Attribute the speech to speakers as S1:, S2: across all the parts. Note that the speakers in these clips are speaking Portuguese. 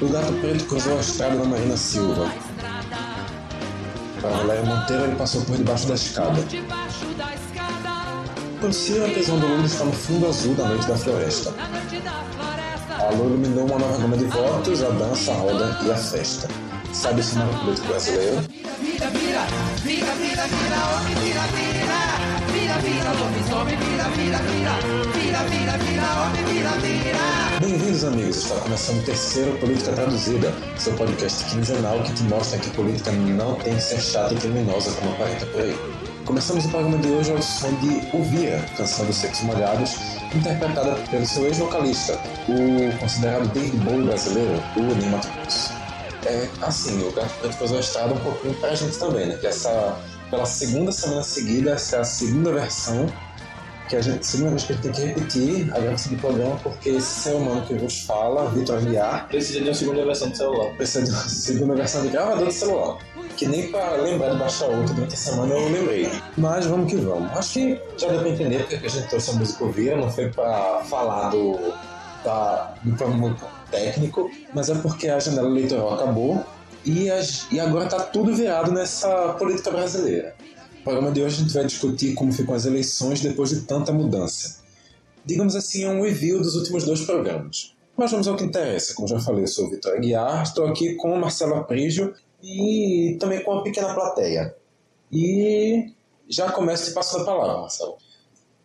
S1: O Um gato preto cruzou a estrada da Marina Silva. Para Valéria Monteiro, ele passou por debaixo da escada. Parecia a prisão do mundo está no fundo azul da noite da floresta. A lua iluminou uma nova gama de votos, a dança, a roda e a festa. Sabe esse nome político brasileiro? Bem-vindos, amigos. Está começando o terceiro Política Traduzida, seu podcast quinzenal que te mostra que política não tem que ser chata e criminosa como aparenta por aí. Começamos o programa de hoje ao som de Ouvia, canção dos Secos Molhados, interpretada pelo seu ex-vocalista, o considerado David Bowie brasileiro, o Nima Cruz é assim, o Gato Preto cruzou a estrada um pouquinho pra gente também, né? Que essa, pela segunda semana seguida, essa é a segunda versão, que a gente, segunda vez que a gente tem que repetir a gravação do programa, porque esse ser humano que vos fala, Vitor Aguiar,
S2: Precisa de uma segunda versão do celular.
S1: precisa de uma segunda versão de gravador de celular. Que nem pra lembrar de baixar outra durante a semana eu lembrei. Mas vamos que vamos. Acho que já deu pra entender porque que a gente trouxe a música ouvir, não foi pra falar do, da, do problema técnico, mas é porque a janela eleitoral acabou e, as- e agora tá tudo virado nessa política brasileira. No programa de hoje a gente vai discutir como ficam as eleições depois de tanta mudança. Digamos assim, é um review dos últimos dois programas. Mas vamos ao que interessa. Como já falei, eu sou o Vitor Aguiar, estou aqui com o Marcelo Aprígio e também com uma pequena plateia. E já começo te passando a palavra, Marcelo.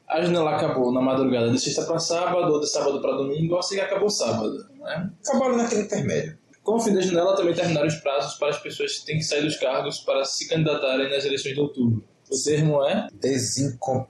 S2: A janela acabou na madrugada de sexta para sábado, ou de sábado para domingo, ou assim acabou sábado, né?
S1: Acabaram naquele intermédio.
S2: Com o fim da janela também terminaram os prazos para as pessoas que têm que sair dos cargos para se candidatarem nas eleições de outubro. O termo é?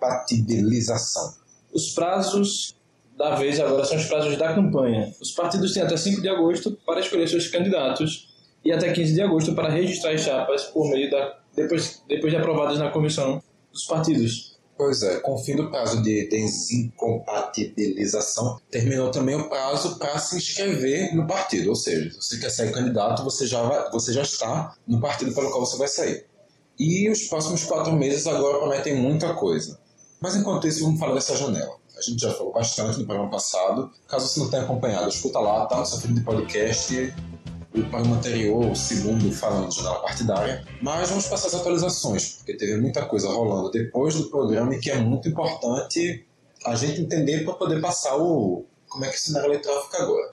S1: Desincompatibilização.
S2: Os prazos da vez agora são os prazos da campanha. Os partidos têm até 5 de agosto para escolher seus candidatos e até 15 de agosto para registrar as chapas por meio da depois depois de aprovadas na comissão dos partidos.
S1: Pois é, com o fim do prazo de desincompatibilização, terminou também o prazo para se inscrever no partido. Ou seja, se você quer sair candidato, você já, vai- você já está no partido pelo qual você vai sair. E os próximos quatro meses agora prometem muita coisa. Mas enquanto isso, vamos falar dessa janela. A gente já falou bastante no programa passado. Caso você não tenha acompanhado, escuta lá, tá no seu feed de podcast. O programa anterior, o segundo, falando de janela partidária. Mas vamos passar as atualizações, porque teve muita coisa rolando depois do programa e que é muito importante a gente entender para poder passar o. Como é que o cenário eleitoral fica agora?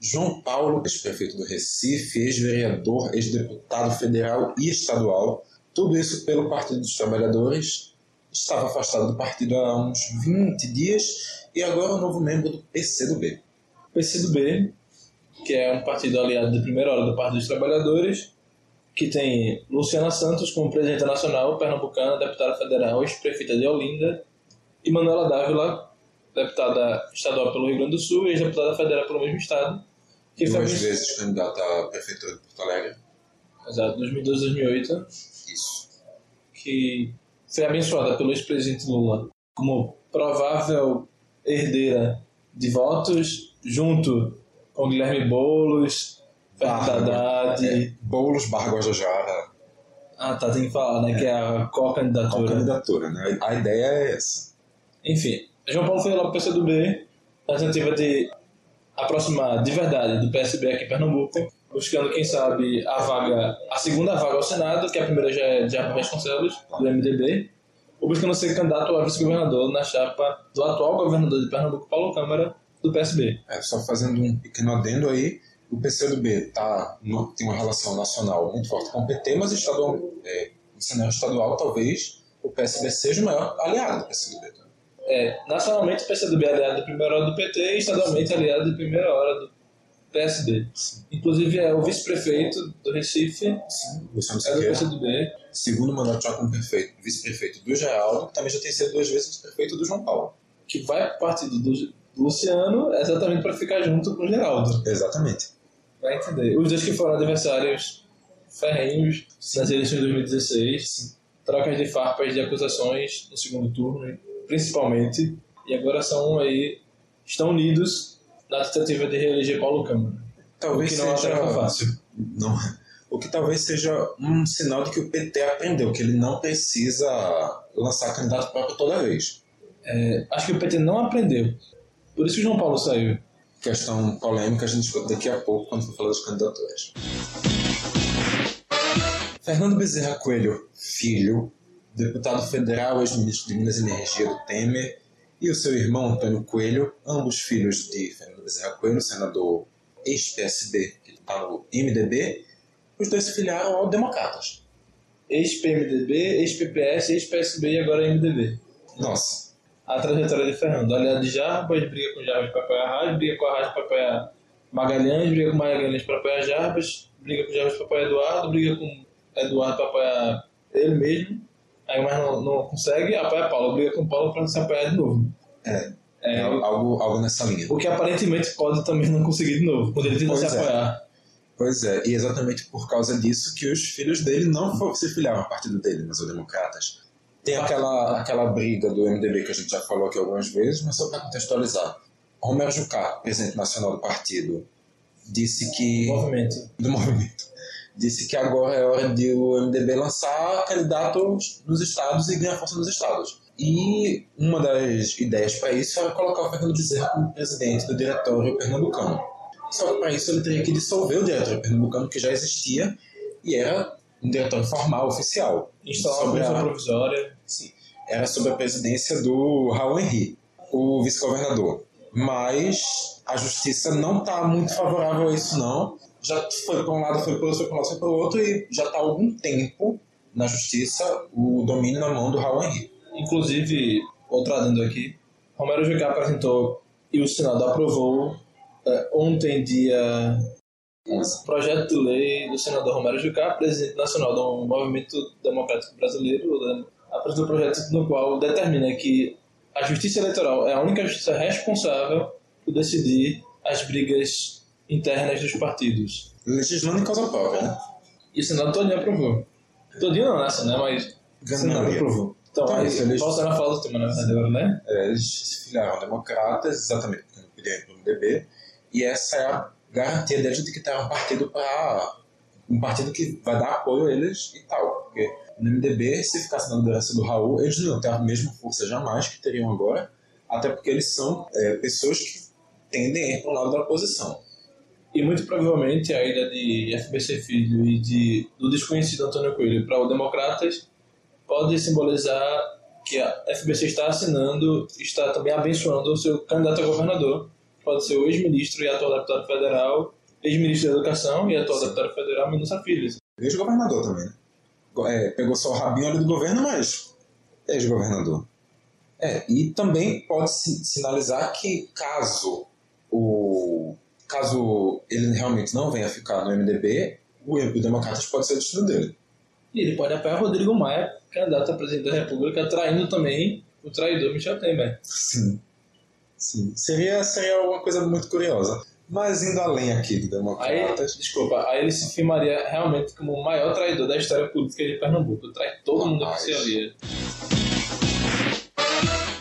S1: João Paulo, ex-prefeito do Recife, ex-vereador, ex-deputado federal e estadual, tudo isso pelo Partido dos Trabalhadores, estava afastado do partido há uns 20 dias e agora é um novo membro do PCdoB.
S2: O PCdoB, que é um partido aliado de primeira hora do Partido dos Trabalhadores, que tem Luciana Santos como presidenta nacional, pernambucana, deputada federal, ex-prefeita de Olinda, e Manuela Dávila, deputada estadual pelo Rio Grande do Sul e ex-deputada federal pelo mesmo estado, que foi
S1: Duas
S2: mis-
S1: vezes candidato à prefeitura de Porto Alegre.
S2: Exato, 2012 2008,
S1: Isso.
S2: que foi abençoada pelo ex-presidente Lula como provável herdeira de votos, junto com Guilherme Boulos, Fernando Haddad...
S1: É, Boulos barra Guajajara,
S2: Ah, tá, tem que falar, né? Que é a
S1: com
S2: co-candidatura.
S1: candidatura, né? A ideia é essa.
S2: Enfim, João Paulo foi lá pro PCdoB, na tentativa de aproximar de verdade do PSB aqui em Pernambuco, buscando, quem sabe, a vaga, a segunda vaga ao Senado, que a primeira já é de Arthur Vasconcelos, do MDB, ou buscando ser candidato a vice-governador na chapa do atual governador de Pernambuco, Paulo Câmara, do PSB.
S1: É, só fazendo um pequeno adendo aí, o PCdoB tá, no- tem uma relação nacional muito forte com o PT, mas estadual, é, no cenário estadual talvez o PSB seja o maior aliado do PCdoB. tá?
S2: É, nacionalmente, o PCdoB é aliado de primeira hora do PT e estadualmente aliado de primeira hora do PSD. Inclusive, é o vice-prefeito do Recife,
S1: Luciano
S2: é do
S1: Siqueira,
S2: PCdoB.
S1: segundo mandato já como prefeito- vice-prefeito do Geraldo, também já tem sido duas vezes vice-prefeito do João Paulo.
S2: que vai pro partido do do Luciano exatamente para ficar junto com o Geraldo.
S1: Exatamente.
S2: Vai entender. Os dois que foram adversários ferrenhos nas eleições de 2016, trocas de farpas de acusações no segundo turno, principalmente, e agora são um aí, estão unidos na tentativa de reeleger Paulo Câmara.
S1: Talvez
S2: O que não é uma
S1: seja
S2: tarefa fácil.
S1: Não. O que talvez seja um sinal de que o PT aprendeu, que ele não precisa lançar candidato próprio toda vez.
S2: É, acho que o PT não aprendeu. Por isso que o João Paulo saiu.
S1: questão polêmica a gente escuta daqui a pouco quando for falar das candidaturas. Fernando Bezerra Coelho, filho, deputado federal, ex-ministro de Minas e Energia do Temer, e o seu irmão Antônio Coelho, ambos filhos de Fernando Bezerra Coelho, senador ex-PSD, que está no MDB, os dois se filiaram ao Democratas.
S2: Ex-PMDB, ex-PPS, ex-PSB e agora MDB.
S1: Nossa,
S2: A trajetória de Fernando. Aliado de Jarbas, briga com Jarbas para apoiar Arras, briga com Arras para apoiar Magalhães, briga com Magalhães para apoiar Jarbas, briga com Jarbas para apoiar Eduardo, briga com Eduardo para apoiar ele mesmo. Aí, mas não, não consegue, apoia Paulo, briga com Paulo para se apoiar de novo.
S1: é,
S2: É,
S1: algo, algo nessa linha.
S2: O que aparentemente pode também não conseguir de novo, quando ele tenta
S1: Pois
S2: se
S1: é.
S2: apoiar.
S1: Pois é, e exatamente por causa disso que os filhos dele não fo- se filiaram ao partido dele, mas ao Democratas. Tem aquela, aquela briga do MDB que a gente já falou aqui algumas vezes, mas só para contextualizar. Romero Jucá, presidente nacional do partido, disse que.
S2: Movimento.
S1: do movimento. Disse que agora é hora de o MDB lançar candidatos nos estados e ganhar força nos estados. E uma das ideias para isso era colocar o Fernando Bezerra como presidente do Diretório Pernambucano. Só que para isso ele teria que dissolver o Diretório Pernambucano, que já existia e era um diretório formal, oficial.
S2: Instalar uma
S1: Sobre
S2: comissão
S1: a-
S2: provisória.
S1: Sim. Era sob a presidência do Raul Henry, o vice-governador. Mas a justiça não está muito favorável a isso, não. Já foi para um lado, foi para outro, foi para um lado, foi para outro, e já está há algum tempo na justiça o domínio na mão do Raul Henry.
S2: Inclusive, outro adendo aqui, Romero GK apresentou e o Senado aprovou eh, ontem, dia projeto de lei do senador Romero Jucá, presidente nacional do Movimento Democrático Brasileiro, o DEM, apresentou um projeto no qual determina que a justiça eleitoral é a única justiça responsável por decidir as brigas internas dos partidos.
S1: Legislando em causa própria, né?
S2: E o Senado todinho aprovou. Todinho não nessa, né? Mas o Senado
S1: Maioria.
S2: aprovou. Então,
S1: Então,
S2: aí,
S1: isso, eles-
S2: posso na fala do tema, na verdade, agora, né?
S1: É, Eles se filiaram democratas, exatamente porque não queriam ir para o MDB, e essa é a garantia deles de que terá um partido para um partido que vai dar apoio a eles e tal. Porque no MDB, se ficasse na liderança do Raul, eles não iam ter a mesma força jamais que teriam agora, até porque eles são é, pessoas que tendem a ir para o lado da oposição.
S2: E muito provavelmente a ida de FBC Filho e de, do desconhecido Antônio Coelho para o Democratas pode simbolizar que a FBC está assinando, está também abençoando o seu candidato a governador, que pode ser o ex-ministro e atual deputado federal, ex-ministro da Educação e atual deputado federal Mendonça Filho.
S1: E o governador também, né? Go- é, pegou só o rabinho ali do governo, mas é ex-governador. É, e também pode si- sinalizar que caso o caso ele realmente não venha ficar no MDB, o MP Democratas pode ser o destino dele.
S2: E ele pode apoiar Rodrigo Maia, candidato a presidente da República, traindo também o traidor Michel Temer.
S1: Sim. Sim. Seria, seria alguma coisa muito curiosa. Mas indo além aqui do
S2: Aí,
S1: Democratas,
S2: desculpa, aí ele se firmaria realmente como o maior traidor da história política de Pernambuco. Trai todo mundo que
S1: Rapaz.
S2: se alia.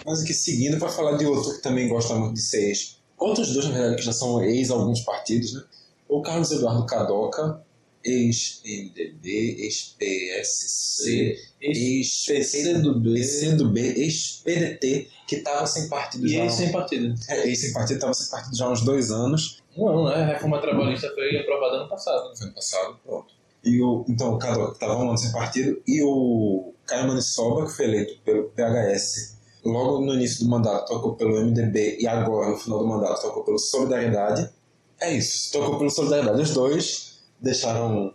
S1: mas aqui seguindo para falar de outro que também gosta muito de ser ex. Outros dois, na verdade, que já são ex alguns partidos, né? O Carlos Eduardo Cadoca, ex-MDB, ex-PSC,
S2: PC do B.
S1: ex-PC do B, ex-PDT, que estava sem partido
S2: E
S1: já.
S2: ele sem partido.
S1: É, Ex sem partido, estava sem partido já há uns dois anos.
S2: Não, né? A reforma trabalhista foi aprovada ano passado.
S1: Foi ano passado, pronto. E o, então, o Cadoca estava um ano sem partido, e o Caio Manissoba, que foi eleito pelo PHS logo no início do mandato, tocou pelo MDB, e agora, no final do mandato, tocou pelo Solidariedade. É isso, tocou pelo Solidariedade. Os dois deixaram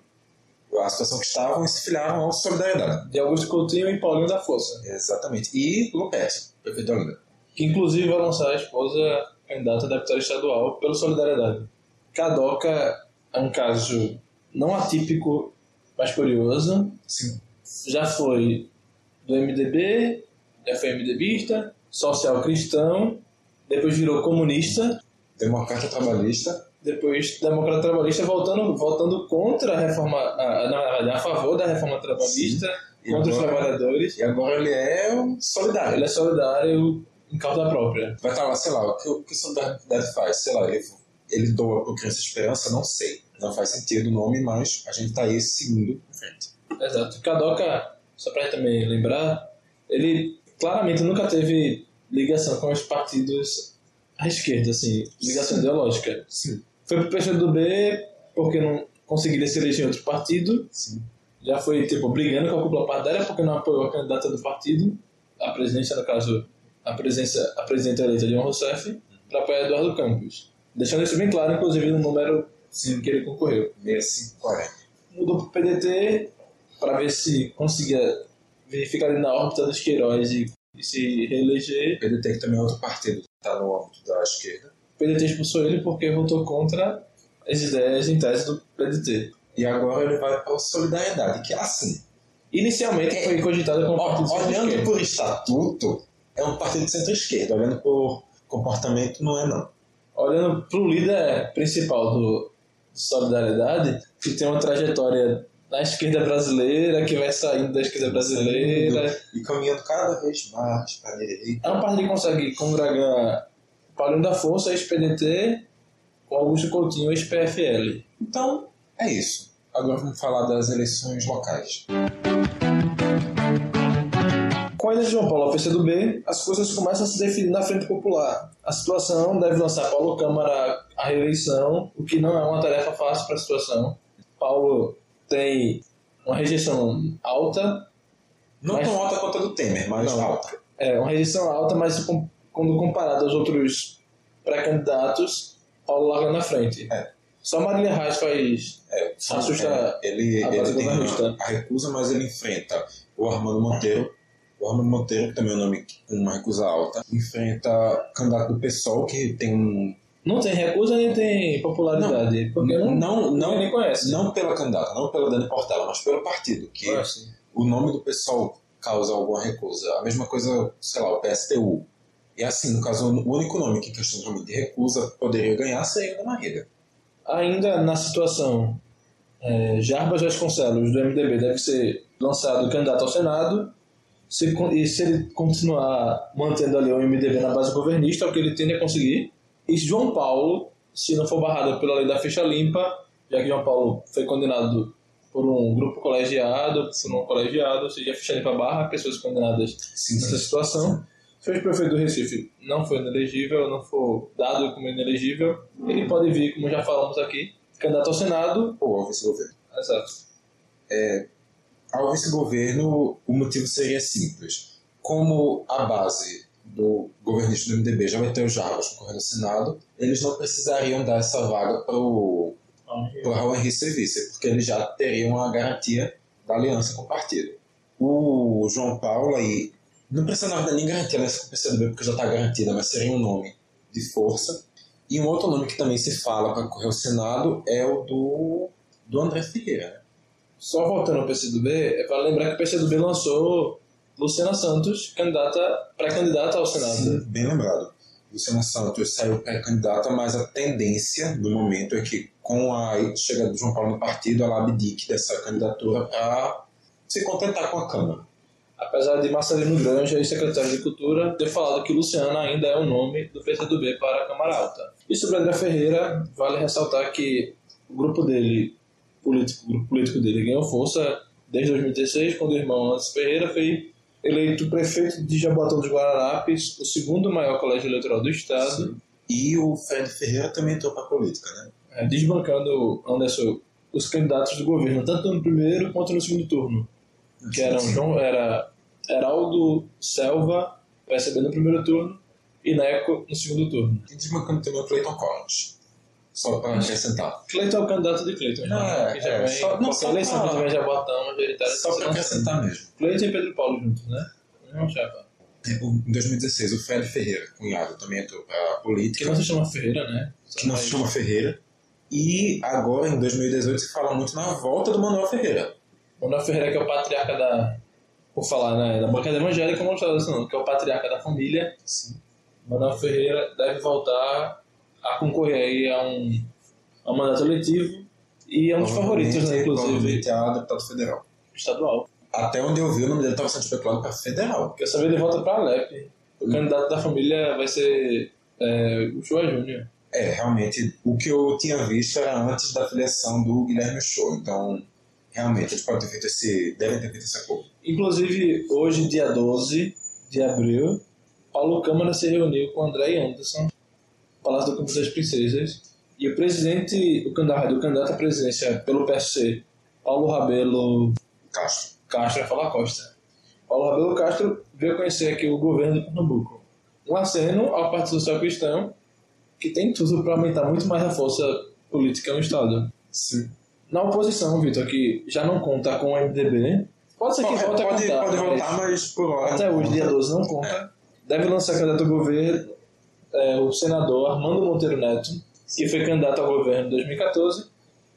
S1: a situação que estavam e se filiaram ao Solidariedade.
S2: De Augusto Coutinho e Paulinho da Força.
S1: Exatamente. E Lupete, prefeito de Olinda.
S2: Que inclusive vai lançar a esposa candidata a deputada estadual pelo Solidariedade. Cadoca é um caso não atípico, mas curioso.
S1: Sim.
S2: Já foi do MDB, já foi MDBista, social cristão, depois virou comunista,
S1: Democrata trabalhista.
S2: depois democrata trabalhista voltando voltando contra a reforma a, a- na verdade, a favor da reforma trabalhista
S1: Sim.
S2: contra os
S1: E agora-
S2: trabalhadores
S1: E agora ele é um solidário.
S2: ele é solidário em causa própria
S1: Vai estar lá, sei lá, o que, o que o solidariedade faz? Sei lá, ele, ele doa pro Criança Esperança? Não sei. Não faz sentido o nome, mas a gente tá aí seguindo em frente.
S2: exato Cadoca só para também lembrar ele claramente nunca teve ligação com os partidos à esquerda, assim, ligação ideológica. Sim. Foi pro PCdoB porque não conseguiria se eleger em outro partido.
S1: Sim.
S2: Já foi, tipo, brigando com a cúpula partidária porque não apoiou a candidata do partido, a presidência, no caso, a, presença, a presidenta eleita Dilma Rousseff, para apoiar Eduardo Campos. Deixando isso bem claro, inclusive, no número que ele concorreu
S1: 6540.
S2: mudou pro PDT para ver se conseguia ver- ficar ali na órbita dos Queiroz e, e se reeleger.
S1: O PDT que também é outro partido que está no âmbito da esquerda.
S2: O PDT expulsou ele porque votou contra as ideias em tese do PDT.
S1: E agora ele vai para o Solidariedade, que é assim.
S2: Inicialmente foi cogitado como Um partido de
S1: Ó, Olhando
S2: centro-esquerda.
S1: por estatuto, é um partido de centro-esquerda. Olhando por comportamento, não é não.
S2: Olhando pro líder principal do Solidariedade, que tem uma trajetória na esquerda brasileira, que vai saindo da esquerda brasileira,
S1: E caminhando cada vez mais para a direita.
S2: É um partido que consegue congregar Paulinho da Força, ex-PDT, com Augusto Coutinho, ex-PFL.
S1: Então, é isso. Agora vamos falar das eleições locais.
S2: Com a eleição de João Paulo ao PCdoB, as coisas começam a se definir na frente popular. A situação deve lançar Paulo Câmara à reeleição, o que não é uma tarefa fácil para a situação. Paulo tem uma rejeição alta,
S1: Não
S2: Mas-
S1: tão alta quanto a do Temer, mas
S2: Não.
S1: alta.
S2: é, uma rejeição alta, mas com- quando comparado aos outros pré-candidatos, Paulo larga na frente.
S1: É.
S2: Só Marília Reis faz
S1: É, só-
S2: Assusta
S1: é, ele,
S2: a
S1: ele
S2: base
S1: tem
S2: governista.
S1: a recusa, mas ele enfrenta o Armando Monteiro. O Armando Monteiro, que também é um nome com uma recusa alta, enfrenta o candidato do PSOL, que tem um.
S2: Não tem recusa nem tem popularidade. porque não,
S1: Não, não,
S2: ninguém conhece.
S1: não pela candidata, não pela Dani Portela, mas pelo partido, que
S2: Conhece.
S1: o nome do PSOL causa alguma recusa. A mesma coisa, sei lá, o PSTU. E assim, no caso, o único nome que em questão de nome de recusa poderia ganhar seria o da Marília.
S2: Ainda na situação, é, Jarbas Vasconcelos, do MDB, deve ser lançado candidato ao Senado. Se, con- e se ele continuar mantendo ali o MDB na base governista, é o que ele tende a conseguir. E João Paulo, se não for barrado pela lei da ficha limpa, já que João Paulo foi condenado por um grupo colegiado, por um colegiado, ou seja, a ficha limpa barra pessoas condenadas
S1: Sim,
S2: nessa situação. Se o prefeito do Recife não for inelegível, não for dado como inelegível, ele pode vir, como já falamos aqui, candidato ao Senado.
S1: Ou ao vice-governo.
S2: Exato.
S1: ao vice-governo, o motivo seria simples. Como a base do governista do MDB já vai ter os Jarbas concorrendo ao Senado, eles não precisariam dar essa vaga para o Raul Henrique Serviço, porque eles já teriam a garantia da aliança com o partido. O João Paulo aí não precisa na verdade nem garantir a aliança com o PCdoB, porque já está garantida, mas seria um nome de força. E um outro nome que também se fala para correr ao Senado é o do, do André Figueira, né?
S2: Só voltando ao PCdoB, é para lembrar que o PCdoB lançou Luciana Santos, candidata, pré-candidata ao Senado.
S1: Sim, bem lembrado. Luciana Santos é, saiu pré-candidata, mas a tendência do momento é que, com a chegada do João Paulo no partido, ela abdique dessa candidatura para se contentar com a Câmara.
S2: Apesar de Marcelino Granja e secretário de Cultura ter falado que Luciana ainda é o nome do PCdoB para a Câmara Alta. E sobre André Ferreira, vale ressaltar que o grupo dele, político, o grupo político dele ganhou força desde 2016, quando o irmão Anderson Ferreira foi eleito prefeito de Jaboatão dos Guararapes, o segundo maior colégio eleitoral do estado,
S1: E o Fred Ferreira também entrou para a política, né?
S2: eh, desbancando Anderson os candidatos do governo, tanto no primeiro quanto no segundo turno. que eram João, era Heraldo Selva, PSB no primeiro turno, e Neco no segundo turno.
S1: E desbancando também é o Clayton Collins. Só para acrescentar.
S2: Cleiton é o candidato de Cleiton,
S1: Não,
S2: né? Que já
S1: é,
S2: vem,
S1: só- não,
S2: qualquer
S1: só
S2: eleição
S1: pra-
S2: que vem já botão, majoritário, tá
S1: Só para acrescentar mesmo.
S2: Cleiton e Pedro Paulo juntos, né? Não, chapa.
S1: Em 2016, o Fred Ferreira, cunhado, também entrou para a política.
S2: Que não se chama Ferreira, né? Só
S1: que não
S2: vai-
S1: se chama Ferreira. E agora, em 2018, se fala muito na volta do Manuel Ferreira.
S2: Manuel Ferreira, que é o patriarca da. Por falar, né? Da bancada evangélica, vamos falar assim, que é o patriarca da família.
S1: Sim.
S2: Manuel Ferreira deve voltar a concorrer aí a um, a um mandato eletivo. E é um dos favoritos, né? Inclusive,
S1: Provavelmente a deputado federal.
S2: estadual.
S1: Até onde eu vi, o nome dele estava sendo especulado para federal.
S2: Quer saber, ele volta pra Alep. O
S1: Hum.
S2: candidato da família vai ser é, o Chua Júnior.
S1: É, realmente, o que eu tinha visto era antes da filiação do Guilherme Show. Então, realmente, eles podem ter feito esse, devem ter feito esse acordo.
S2: Inclusive, hoje, dia 12 de abril, Paulo Câmara se reuniu com André Anderson Palácio do Campo das Princesas. E o presidente, o candidato, o candidato à presidência pelo PSC, Paulo Rabelo
S1: Castro.
S2: Castro, ia falar Costa. Paulo Rabelo Castro veio conhecer aqui o governo de Pernambuco. Um aceno ao Partido Social Cristão, que tem tudo para aumentar muito mais a força política no Estado.
S1: Sim.
S2: Na oposição, Vitor, que já não conta com o MDB, pode ser que
S1: Pode,
S2: volte a
S1: é, pode,
S2: contar.
S1: pode
S2: mas
S1: voltar, mas por hora.
S2: Até
S1: não
S2: hoje,
S1: conta.
S2: dia 12, não conta. Deve lançar candidato ao governo é, o senador Armando Monteiro Neto, que foi candidato ao governo em 2014,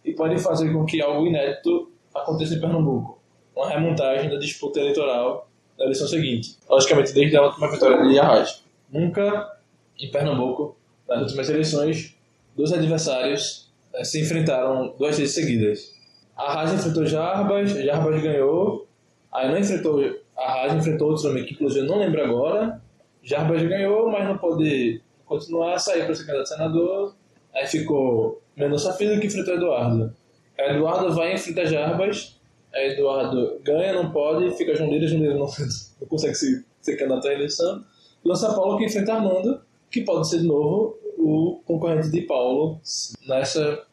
S2: e pode fazer com que algo inédito aconteça em Pernambuco. Uma remontagem da disputa eleitoral na eleição seguinte. Logicamente, desde a última vitória de Arras. Nunca em Pernambuco, nas últimas eleições, dois adversários eh, se enfrentaram duas vezes seguidas. A Haas enfrentou Jarbas, Jarbas ganhou, aí não enfrentou a Haas, enfrentou outro nome que inclusive eu não lembro agora. Jarbas ganhou, mas não pôde continuar, saiu para ser candidato a senador, aí ficou Mendonça Filho que enfrentou Eduardo. Aí Eduardo vai e enfrenta Jarbas, aí Eduardo ganha, não pode, fica João Lira, João Lira não, não consegue se, ser candidato à eleição. Lança Paulo que enfrenta Armando, que pode ser de novo o concorrente de Paulo nessa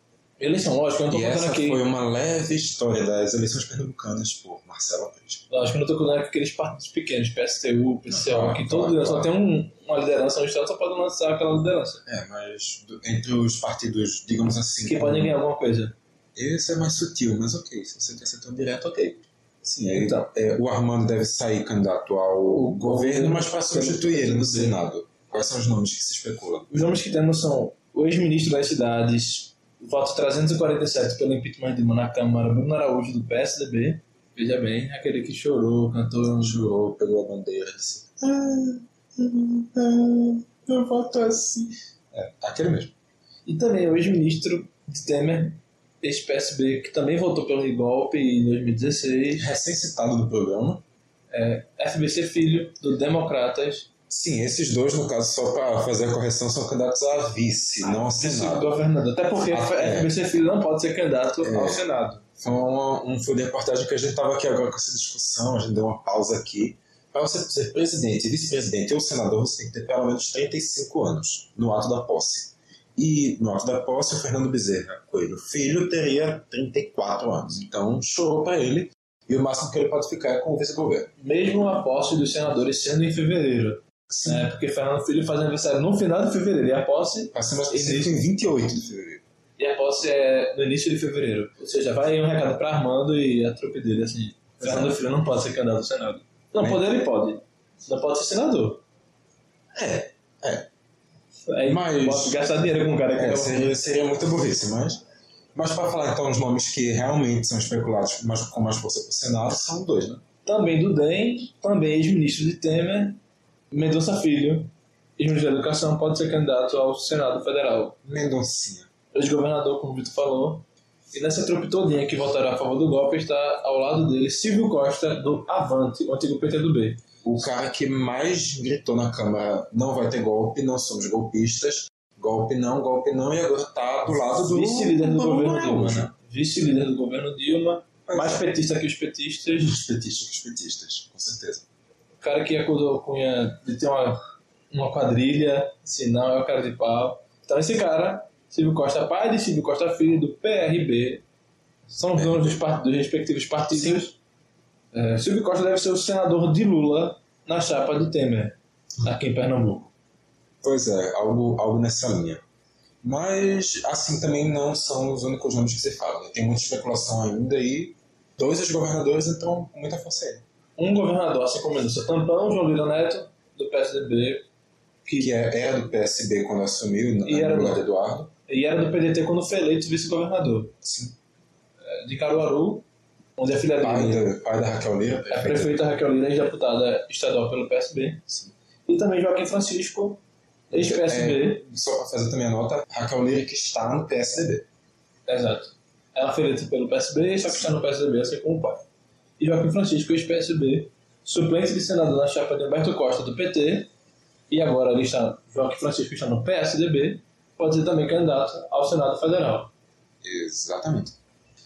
S2: eleição. Lógico, eu não
S1: E
S2: estou contando
S1: essa
S2: aqui.
S1: foi uma leve história das eleições pernambucanas por Marcelo Peixe.
S2: Eu acho que eu não tô contando aqueles partidos pequenos, PSTU, PCO,
S1: Claro, claro,
S2: que todo
S1: claro.
S2: só tem um- uma liderança no Estado, só pode lançar aquela liderança.
S1: É, mas do- entre os partidos, digamos assim.
S2: Que
S1: com-
S2: podem ganhar alguma coisa.
S1: Esse é mais sutil, mas ok. Se você quer ser tão direto, ok. Sim, aí,
S2: Então.
S1: é, o Armando deve sair candidato ao
S2: O
S1: governo,
S2: governo,
S1: mas para substituir ele no
S2: sim.
S1: Senado. Quais são os nomes que se especulam?
S2: Os nomes que temos são o ex-ministro das cidades, voto 347 pelo impeachment de Dilma na Câmara, Bruno Araújo, do PSDB. Veja bem, aquele que chorou, cantou.
S1: Jurou, pegou a bandeira e disse: ah, ah, Eu voto assim. É, aquele mesmo.
S2: E também o ex-ministro de Temer, ex-PSB, que também votou pelo golpe em 2016.
S1: Recém-citado do programa.
S2: FBC Filho, do Democratas,
S1: Sim, esses dois, no caso, só para fazer a correção, são candidatos a
S2: Ah,
S1: vice, não ao Senado.
S2: governador. Até porque
S1: Ah, é.
S2: FBC Filho não pode ser candidato
S1: É.
S2: ao Senado.
S1: Foi uma, um foi de reportagem que a gente estava aqui agora com essa discussão, a gente deu uma pausa aqui. Para você ser presidente, vice-presidente ou senador, você tem que ter pelo menos 35 anos no ato da posse. E no ato da posse, o Fernando Bezerra Coelho Filho teria 34 anos. Então, chorou para ele. E o máximo que ele pode ficar é com o vice-governo.
S2: Mesmo a posse dos senadores sendo em fevereiro.
S1: Sim.
S2: né? Porque Fernando Filho faz aniversário no final de fevereiro. E a posse,
S1: Para ser mais preciso, em 28 de fevereiro.
S2: e a posse é no início de fevereiro. Ou seja, vai aí um recado para Armando e a trupe dele, assim. Fernando Filho não pode ser candidato ao Senado. Não,
S1: Nem-
S2: poder ele pode. Não pode ser senador.
S1: É, é.
S2: Aí
S1: Mas-
S2: bota- gastar dinheiro com um cara que
S1: É,
S2: não-
S1: seria, seria muita burrice, mas. Mas para falar então os nomes que realmente são especulados mas com mais força para o Senado, são dois, né?
S2: Também do DEM, também ex-ministro de Temer, Mendonça Filho, ex-ministro da Educação, pode ser candidato ao Senado Federal.
S1: Mendoncinha.
S2: ex-governador, como o Vitor falou. E nessa trupe todinha que votaram a favor do golpe está ao lado dele Silvio Costa, do Avante, o antigo PTB.
S1: O cara que mais gritou na Câmara não vai ter golpe, não somos golpistas, golpe não, golpe não, e agora tá do lado do.
S2: Vice-líder do governo Dilma,
S1: Araújo.
S2: né? Vice-líder do governo Dilma,
S1: Pois
S2: mais
S1: é.
S2: petista que os petistas.
S1: Os petistas, os petistas, com certeza.
S2: O cara que acusou o Cunha de ter uma, uma quadrilha, se não é o cara de pau. Então esse cara, Silvio Costa pai de Silvio Costa filho, do PRB, são os donos dos, par- dos respectivos partidos. É, Silvio Costa deve ser o senador de Lula na chapa de Temer, aqui em Pernambuco.
S1: Pois é, algo, algo nessa linha. Mas, assim, também não são os únicos nomes que se fala. né? Tem muita especulação ainda e dois dos governadores entram com muita força aí.
S2: Um governador, assim como Mendonça Tampão, João Lira Neto, do PSDB,
S1: Que é- era do PSB quando assumiu, no
S2: E era
S1: lugar
S2: do-
S1: de Eduardo.
S2: e era do PDT quando foi eleito vice-governador.
S1: Sim.
S2: É, De Caruaru, onde a filha
S1: Pai, então,
S2: dele...
S1: da- pai da Raquel Lira,
S2: A prefeita Raquel Lira, ex-deputada estadual pelo PSB.
S1: Sim.
S2: E também Joaquim Francisco, ex-PSB.
S1: É, só para fazer também a nota, Raquel Lira que está no PSDB.
S2: É, Exato. Ela foi eleita pelo PSB, só que está no PSB, assim como o pai. E Joaquim Francisco, ex-PSB, suplente de senador na chapa de Humberto Costa, do PT. E agora ele está, Joaquim Francisco está no PSDB, pode ser também candidato ao Senado Federal.
S1: Exatamente.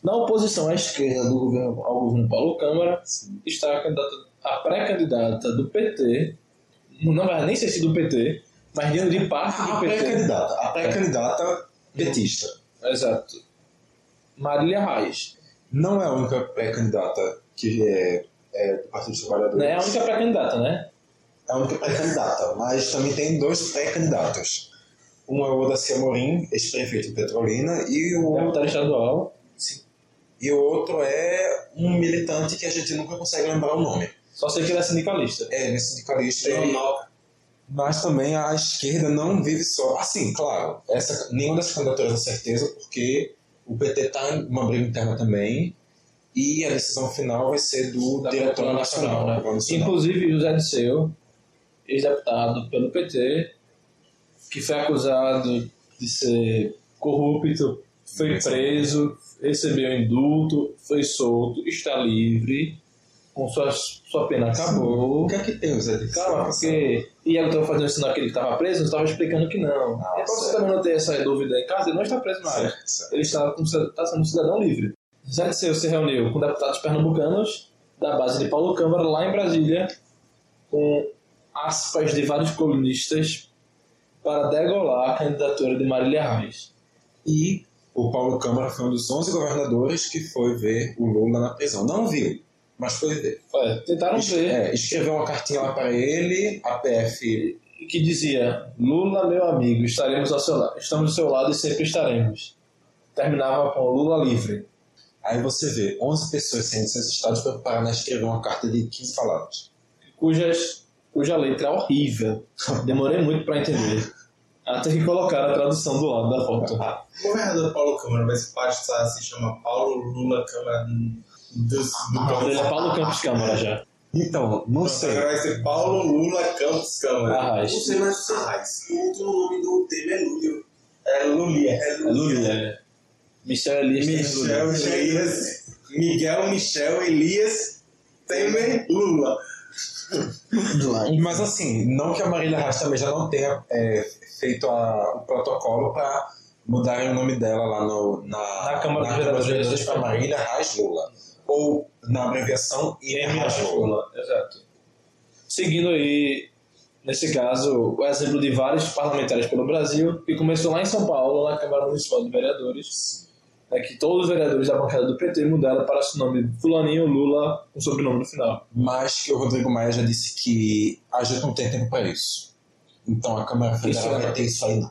S2: Na oposição à esquerda do governo, ao governo Paulo Câmara, está a, candidata, a pré-candidata do PT, não vai nem sei se do PT, mas dentro de parte
S1: A,
S2: do
S1: a
S2: PT.
S1: pré-candidata. A pré-candidata petista.
S2: Exato. Marília Reis.
S1: Não é a única pré-candidata que é, é do Partido dos Trabalhadores.
S2: Né? É a única pré-candidata, né?
S1: É a única pré-candidata, mas também tem dois pré-candidatos. Um é o Odacy Amorim, ex-prefeito de Petrolina, e o, outro,
S2: Deputada estadual.
S1: e o outro é um militante que a gente nunca consegue lembrar o nome.
S2: Só sei que ele é sindicalista.
S1: É, ele é sindicalista.
S2: João
S1: e- Mas também a esquerda não vive só. Assim, claro, essa, nenhuma das candidaturas é certeza, porque o PT está em uma briga interna também, e a decisão final vai ser do
S2: da
S1: diretor
S2: diretora
S1: nacional.
S2: nacional, né?
S1: do Plano Nacional.
S2: Inclusive José Disseu, ex-deputado pelo PT, que foi acusado de ser corrupto, foi
S1: Sim.
S2: preso, recebeu indulto, foi solto, está livre, com sua, sua pena
S1: O
S2: acabou.
S1: que é que tem, Zé? Disseu?
S2: Calma, porque. E eu estava fazendo sinal que ele estava preso, eu estava explicando que não.
S1: Ah,
S2: é pra você
S1: certo.
S2: também não ter essa dúvida em casa, ele não é. está preso mais
S1: Certo, certo.
S2: ele está, como cida- está sendo um cidadão livre. Zé Disseu se reuniu com deputados pernambucanos da base de Paulo Câmara, lá em Brasília, com aspas de vários colunistas, para degolar a candidatura de Marília Reis.
S1: E o Paulo Câmara foi um dos 11 governadores que foi ver o Lula na prisão. Não viu, mas foi ver.
S2: Olha, tentaram
S1: Es-
S2: ver
S1: é, escreveu uma cartinha lá para ele, a PF.
S2: que dizia: Lula, meu amigo, estaremos ao seu lado, estamos do seu lado e sempre estaremos. Terminava com Lula livre.
S1: Aí você vê 11 pessoas sendo censuradas para Paraná escrever uma carta de 15 palavras.
S2: cujas, cuja letra é horrível. Demorei muito para entender. Até que colocaram a tradução do lado da foto.
S3: O governador Paulo Câmara, mas o pastor se chama Paulo Lula Câmara dos, do
S2: O nome dele é Paulo Campos Câmara já.
S1: Então, Ah, não sei.
S3: Agora vai ser Paulo Lula Campos Câmara.
S2: Arraiz.
S3: Não sei, mas Arraiz. Ah, O outro nome do tema é Lúlio. É Lulia. É
S2: Lula. Michel Elias.
S1: é
S3: Michel Elias. Miguel Michel Elias Temer Lula.
S1: Mas assim, não que a Marília Reis também já não tenha é, feito a- o protocolo para mudarem o nome dela lá no- na,
S2: Na Câmara dos
S1: dos
S2: Vereadores.
S1: Vereadores para Marília Reis Lula. Ou na abreviação IM Reis Lula.
S2: Exato. Seguindo aí, nesse caso, o exemplo de vários parlamentares pelo Brasil, que começou lá em São Paulo, na Câmara Municipal de Vereadores, é que todos os vereadores da bancada do PT mudaram para o nome Fulaninho Lula, com sobrenome no final.
S1: mas que o Rodrigo Maia já disse que a gente não tem tempo para isso. Então a Câmara Federal
S2: Isso é.
S1: vai ter isso aí não.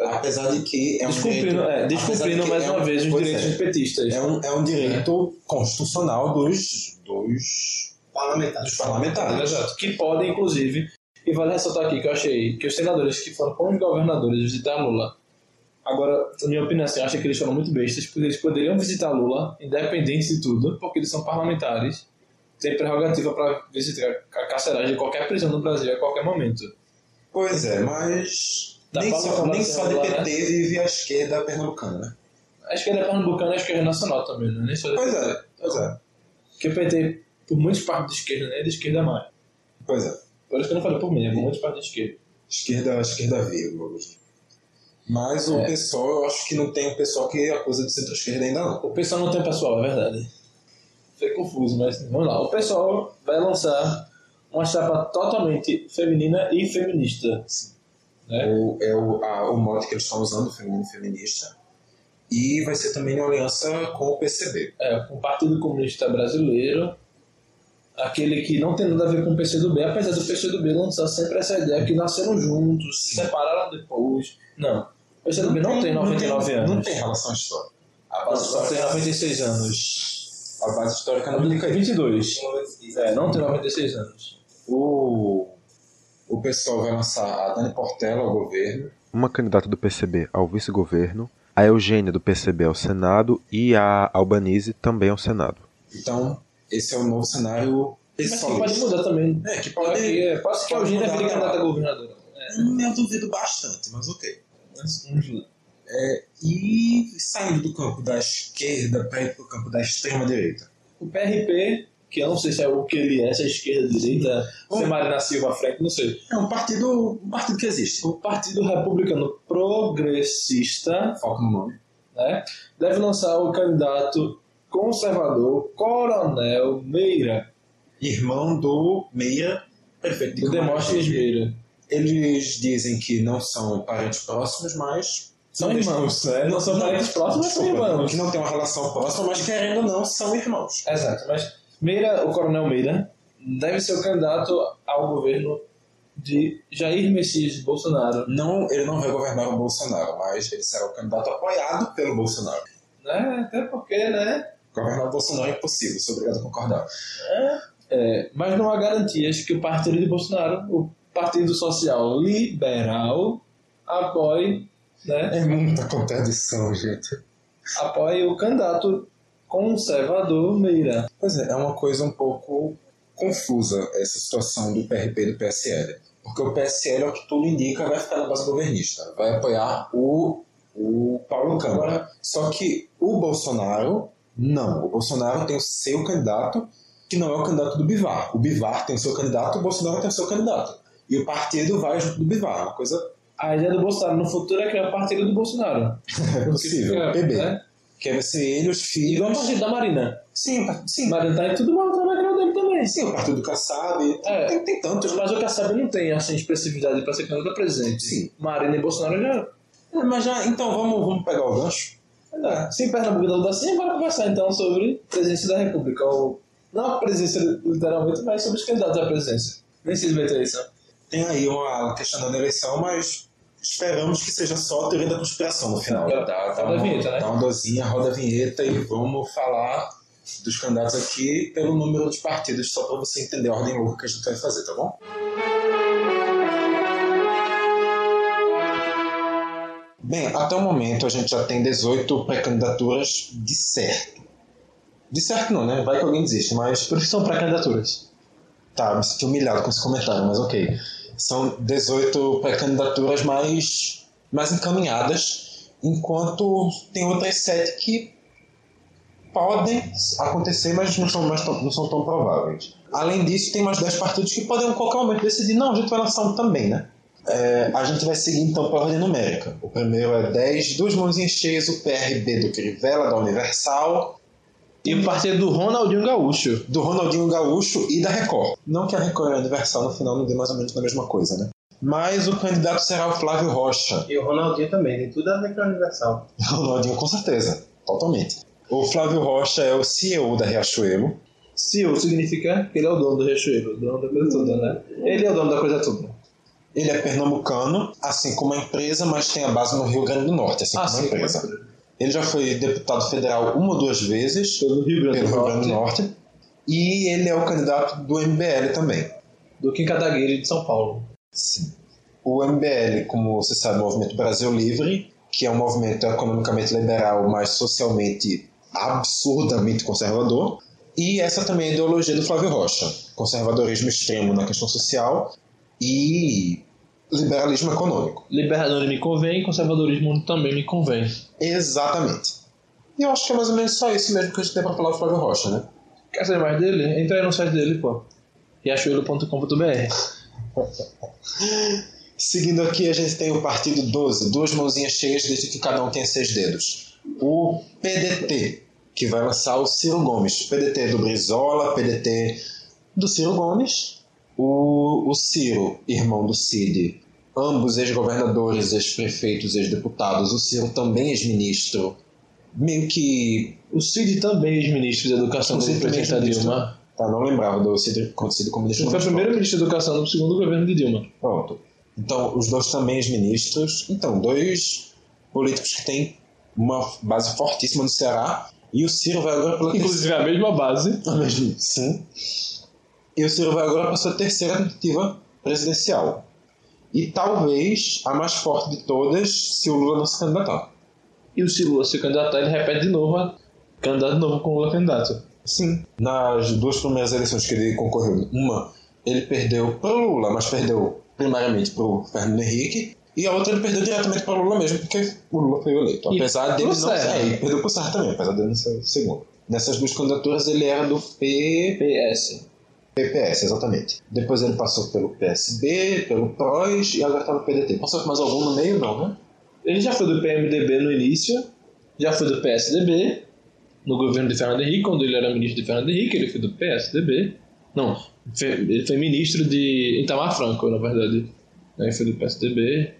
S1: Apesar de que é um
S2: Descumprindo,
S1: direito,
S2: é,
S1: apesar de
S2: descumprindo
S1: que
S2: mais
S1: é um-
S2: uma vez os
S1: pois
S2: direitos dos
S1: é,
S2: petistas.
S1: é um, é um direito constitucional dos, dos,
S3: Parlamentar.
S1: dos parlamentares.
S2: Exato. Ah, né, Que podem, inclusive, e vale ressaltar aqui que eu achei que os senadores que foram com os governadores visitar Lula, agora, na minha opinião, assim, eu achei que eles foram muito bestas, porque eles poderiam visitar Lula, independente de tudo, porque eles são parlamentares, têm prerrogativa para visitar a carceragem de qualquer prisão no Brasil a qualquer momento.
S1: Pois é, mas
S2: Da
S1: nem
S2: Paula
S1: só,
S2: Fernandes
S1: nem só de
S2: Angular,
S1: PT vive a esquerda pernambucana. né?
S2: A esquerda pernambucana e a esquerda nacional também, né? Nem só de
S1: Pois
S2: PT.
S1: é, pois é,
S2: Porque o PT, por muitos partidos de esquerda, né? é De esquerda mais.
S1: pois é.
S2: Por isso que eu não falei por mim, é por muitos partidos de esquerda.
S1: Esquerda, esquerda viva. Mas o
S2: É.
S1: pessoal, eu acho que não tem o pessoal que acusa de centro-esquerda ainda não.
S2: O pessoal não tem pessoal, é verdade. Foi confuso, mas vamos lá. O pessoal vai lançar uma chapa totalmente feminina e feminista.
S1: É o, é o, a- o mote que eles estão usando, feminino e feminista. E vai ser também uma aliança com o PCB.
S2: É, com o Partido Comunista Brasileiro, aquele que não tem nada a ver com o PCdoB, apesar do PCdoB lançar sempre essa ideia que nasceram juntos, se separaram depois. Não. O PCdoB não, tem 99 anos.
S1: Não tem relação histórica. A
S2: Não,
S1: base
S2: Só tem
S1: histórica,
S2: 96 anos.
S1: a base histórica não liga aí.
S2: 22. É, não tem 96 anos.
S1: O, o pessoal vai lançar a Dani Portela ao governo.
S4: uma candidata do PCB ao vice-governo, a Eugênia do PCB ao Senado e a Albanese também ao Senado.
S1: Então, esse é o novo cenário
S2: Mas que pode
S1: pessoalista.
S2: mudar também.
S1: É, que
S2: Pode,
S1: pode.
S2: é, pode que a
S1: pode
S2: Eugênia
S1: mudar
S2: vire
S1: pra lá.
S2: candidata a governadora. É,
S1: Hum, Eu duvido bastante, mas ok.
S2: mas vamos lá.
S1: E saindo do campo da esquerda para ir para o campo da extrema-direita.
S2: O PRP, que eu não sei se é o que ele é, se é esquerda, direita, se é
S1: Hum.
S2: Marina Silva à frente, não sei.
S1: É um partido, um partido que existe.
S2: O Partido Republicano Progressista
S1: Foca no nome.
S2: né, deve lançar o candidato conservador Coronel Meira,
S1: irmão do Meia, prefeito de
S2: do Demóstenes
S1: é Camaragibe.
S2: Meira.
S1: Eles dizem que não são parentes próximos, mas são
S2: Eles-
S1: irmãos, né?
S2: não são parentes próximos, mas são
S1: desculpa,
S2: irmãos.
S1: Que não tem uma relação próxima, mas querendo ou não, são irmãos.
S2: Exato, mas Meira, o coronel Meira, deve ser o candidato ao governo de Jair Messias Bolsonaro,
S1: Não, ele não vai governar o Bolsonaro, mas ele será o candidato apoiado pelo Bolsonaro.
S2: né? Até porque, né?
S1: Governar o Bolsonaro é impossível, sou obrigado a concordar.
S2: É, mas não há garantias que o partido de Bolsonaro, o Partido Social Liberal, apoie, né?
S1: É muita contradição, gente.
S2: Apoie o candidato conservador Meira.
S1: Pois é, é uma coisa um pouco confusa essa situação do PRP e do PSL. Porque é o PSL, ao que tudo indica, vai ficar na base governista. Vai apoiar o, o Paulo Câmara. Só que o Bolsonaro, não. O Bolsonaro tem o seu candidato, que não é o candidato do Bivar. O Bivar tem o seu candidato, o Bolsonaro tem o seu candidato. E o partido vai junto do Bivar. Uma coisa
S2: A ideia do Bolsonaro no futuro é criar o partido do Bolsonaro.
S1: É possível.
S2: Fica,
S1: O PB.
S2: É né?
S1: Que vai ser ele, os
S2: Igual o
S1: filhos.
S2: partido da Marina.
S1: Sim, pa- sim.
S2: Marina tá em tudo mal, tá na cara dele também.
S1: Sim, o partido do Kassab.
S2: É.
S1: Tem, tem tantos.
S2: Mas o Kassab não tem assim, expressividade para ser candidato a presidente.
S1: Sim.
S2: Marina e Bolsonaro já.
S1: É, mas já, então vamos, vamos pegar o gancho.
S2: É. Se Pernambuco não dá assim, bora conversar então sobre presença da República. Ou, não a presença literalmente, mas sobre os candidatos à presidência. Nem se vai ter né? eleição.
S1: Tem aí uma questionando a eleição, mas esperamos que seja só a teoria da conspiração no final.
S2: Tá, tá
S1: uma-
S2: da vinheta, né?
S1: Dá uma dozinha, roda a vinheta e vamos falar dos candidatos aqui pelo número de partidos, só para você entender a ordem louca que a gente vai fazer, tá bom? Bem, até o momento a gente já tem 18 pré-candidaturas de certo. De certo não, né? Vai que alguém desiste, mas por que são pré-candidaturas? Tá, me senti humilhado com esse comentário, mas ok. São 18 pré-candidaturas mais, mais encaminhadas, enquanto tem outras 7 que podem acontecer, mas não são, mais tão, não são tão prováveis. Além disso, tem mais 10 partidos que podem a qualquer momento decidir, não, a gente vai lançar um também, né? É, a gente vai seguir então pela ordem numérica. O primeiro é 10, duas mãozinhas cheias, o PRB do Crivella, da Universal,
S2: E o partido do Ronaldinho Gaúcho.
S1: do Ronaldinho Gaúcho e da Record. Não que a Record e a Universal no final não dê mais ou menos na mesma coisa, né? Mas o candidato será o Flávio Rocha.
S3: E o Ronaldinho também, tem tudo a ver com a Universal.
S1: Ronaldinho, com certeza. Totalmente. O Flávio Rocha é o CEO da Riachuelo.
S2: CEO significa que ele é o dono do Recheio, o dono da coisa toda, né? Ele é o dono da coisa toda.
S1: Ele é pernambucano, assim como a empresa, mas tem a base no Rio Grande do Norte, assim como a
S2: Assim como a
S1: empresa. Ele já foi deputado federal uma ou duas vezes
S2: Pelo Rio Grande
S1: pelo
S2: é do
S1: Rio Grande do
S2: Norte,
S1: Norte. E ele é o candidato do MBL também.
S2: do Kim Kataguiri de São Paulo.
S1: Sim. O MBL, como você sabe, é o Movimento Brasil Livre, que é um movimento economicamente liberal, mas socialmente absurdamente conservador. E essa também é a ideologia do Flávio Rocha: conservadorismo extremo na questão social e liberalismo econômico.
S2: Liberador me convém, conservadorismo também me convém.
S1: Exatamente. E eu acho que é mais ou menos só isso mesmo que a gente tem para falar do Flávio Rocha, né?
S2: Quer saber mais dele? Entra aí no site dele, pô. Riachuelo.com.br
S1: Seguindo aqui, a gente tem o Partido 12, duas mãozinhas cheias desde que cada um tenha seis dedos. O PDT, que vai lançar o Ciro Gomes. PDT do Brizola, PDT do Ciro Gomes. O, o Ciro, irmão do Cid, ambos ex-governadores, ex-prefeitos, ex-deputados. O Ciro também ex-ministro. Meio que.
S2: O Cid também é ex-ministro de Educação
S1: O
S2: do
S1: Cid também é
S2: presidente da
S1: ex-ministro.
S2: Dilma.
S1: Tá, não lembrava do Cid quando o Cid como
S2: Ele
S1: ministro.
S2: foi primeiro ministro de Educação do segundo governo de Dilma.
S1: Pronto. Então, os dois também ex-ministros. Então, dois políticos que têm uma base fortíssima no Ceará. E o Ciro vai agora pela
S2: Inclusive é a mesma base.
S1: terceira. Sim. E o Ciro vai agora para sua terceira tentativa presidencial. E talvez a mais forte de todas se o Lula não se candidatar.
S2: E o Ciro Lula se candidatar, ele repete de novo. a- Candidato novo com o Lula candidato.
S1: Sim. Nas duas primeiras eleições que ele concorreu, uma ele perdeu para Lula, mas perdeu primariamente para o Fernando Henrique. E a outra ele perdeu diretamente para Lula mesmo, porque o Lula foi eleito.
S2: E
S1: Apesar dele não
S2: pro Serra.
S1: ser. É, e perdeu para o Serra também, apesar dele não ser o segundo. Nessas duas candidaturas ele era do P...
S2: PS.
S1: PPS, exatamente. Depois ele passou pelo PSB, pelo PROS e agora está no PDT. Passou por mais algum no meio, não, né?
S2: Ele já foi do PMDB no início, já foi do PSDB, no governo de Fernando Henrique, quando ele era ministro de Fernando Henrique, ele foi do PSDB. Não, fe- ele foi ministro de Itamar Franco, na verdade. Aí foi do PSDB.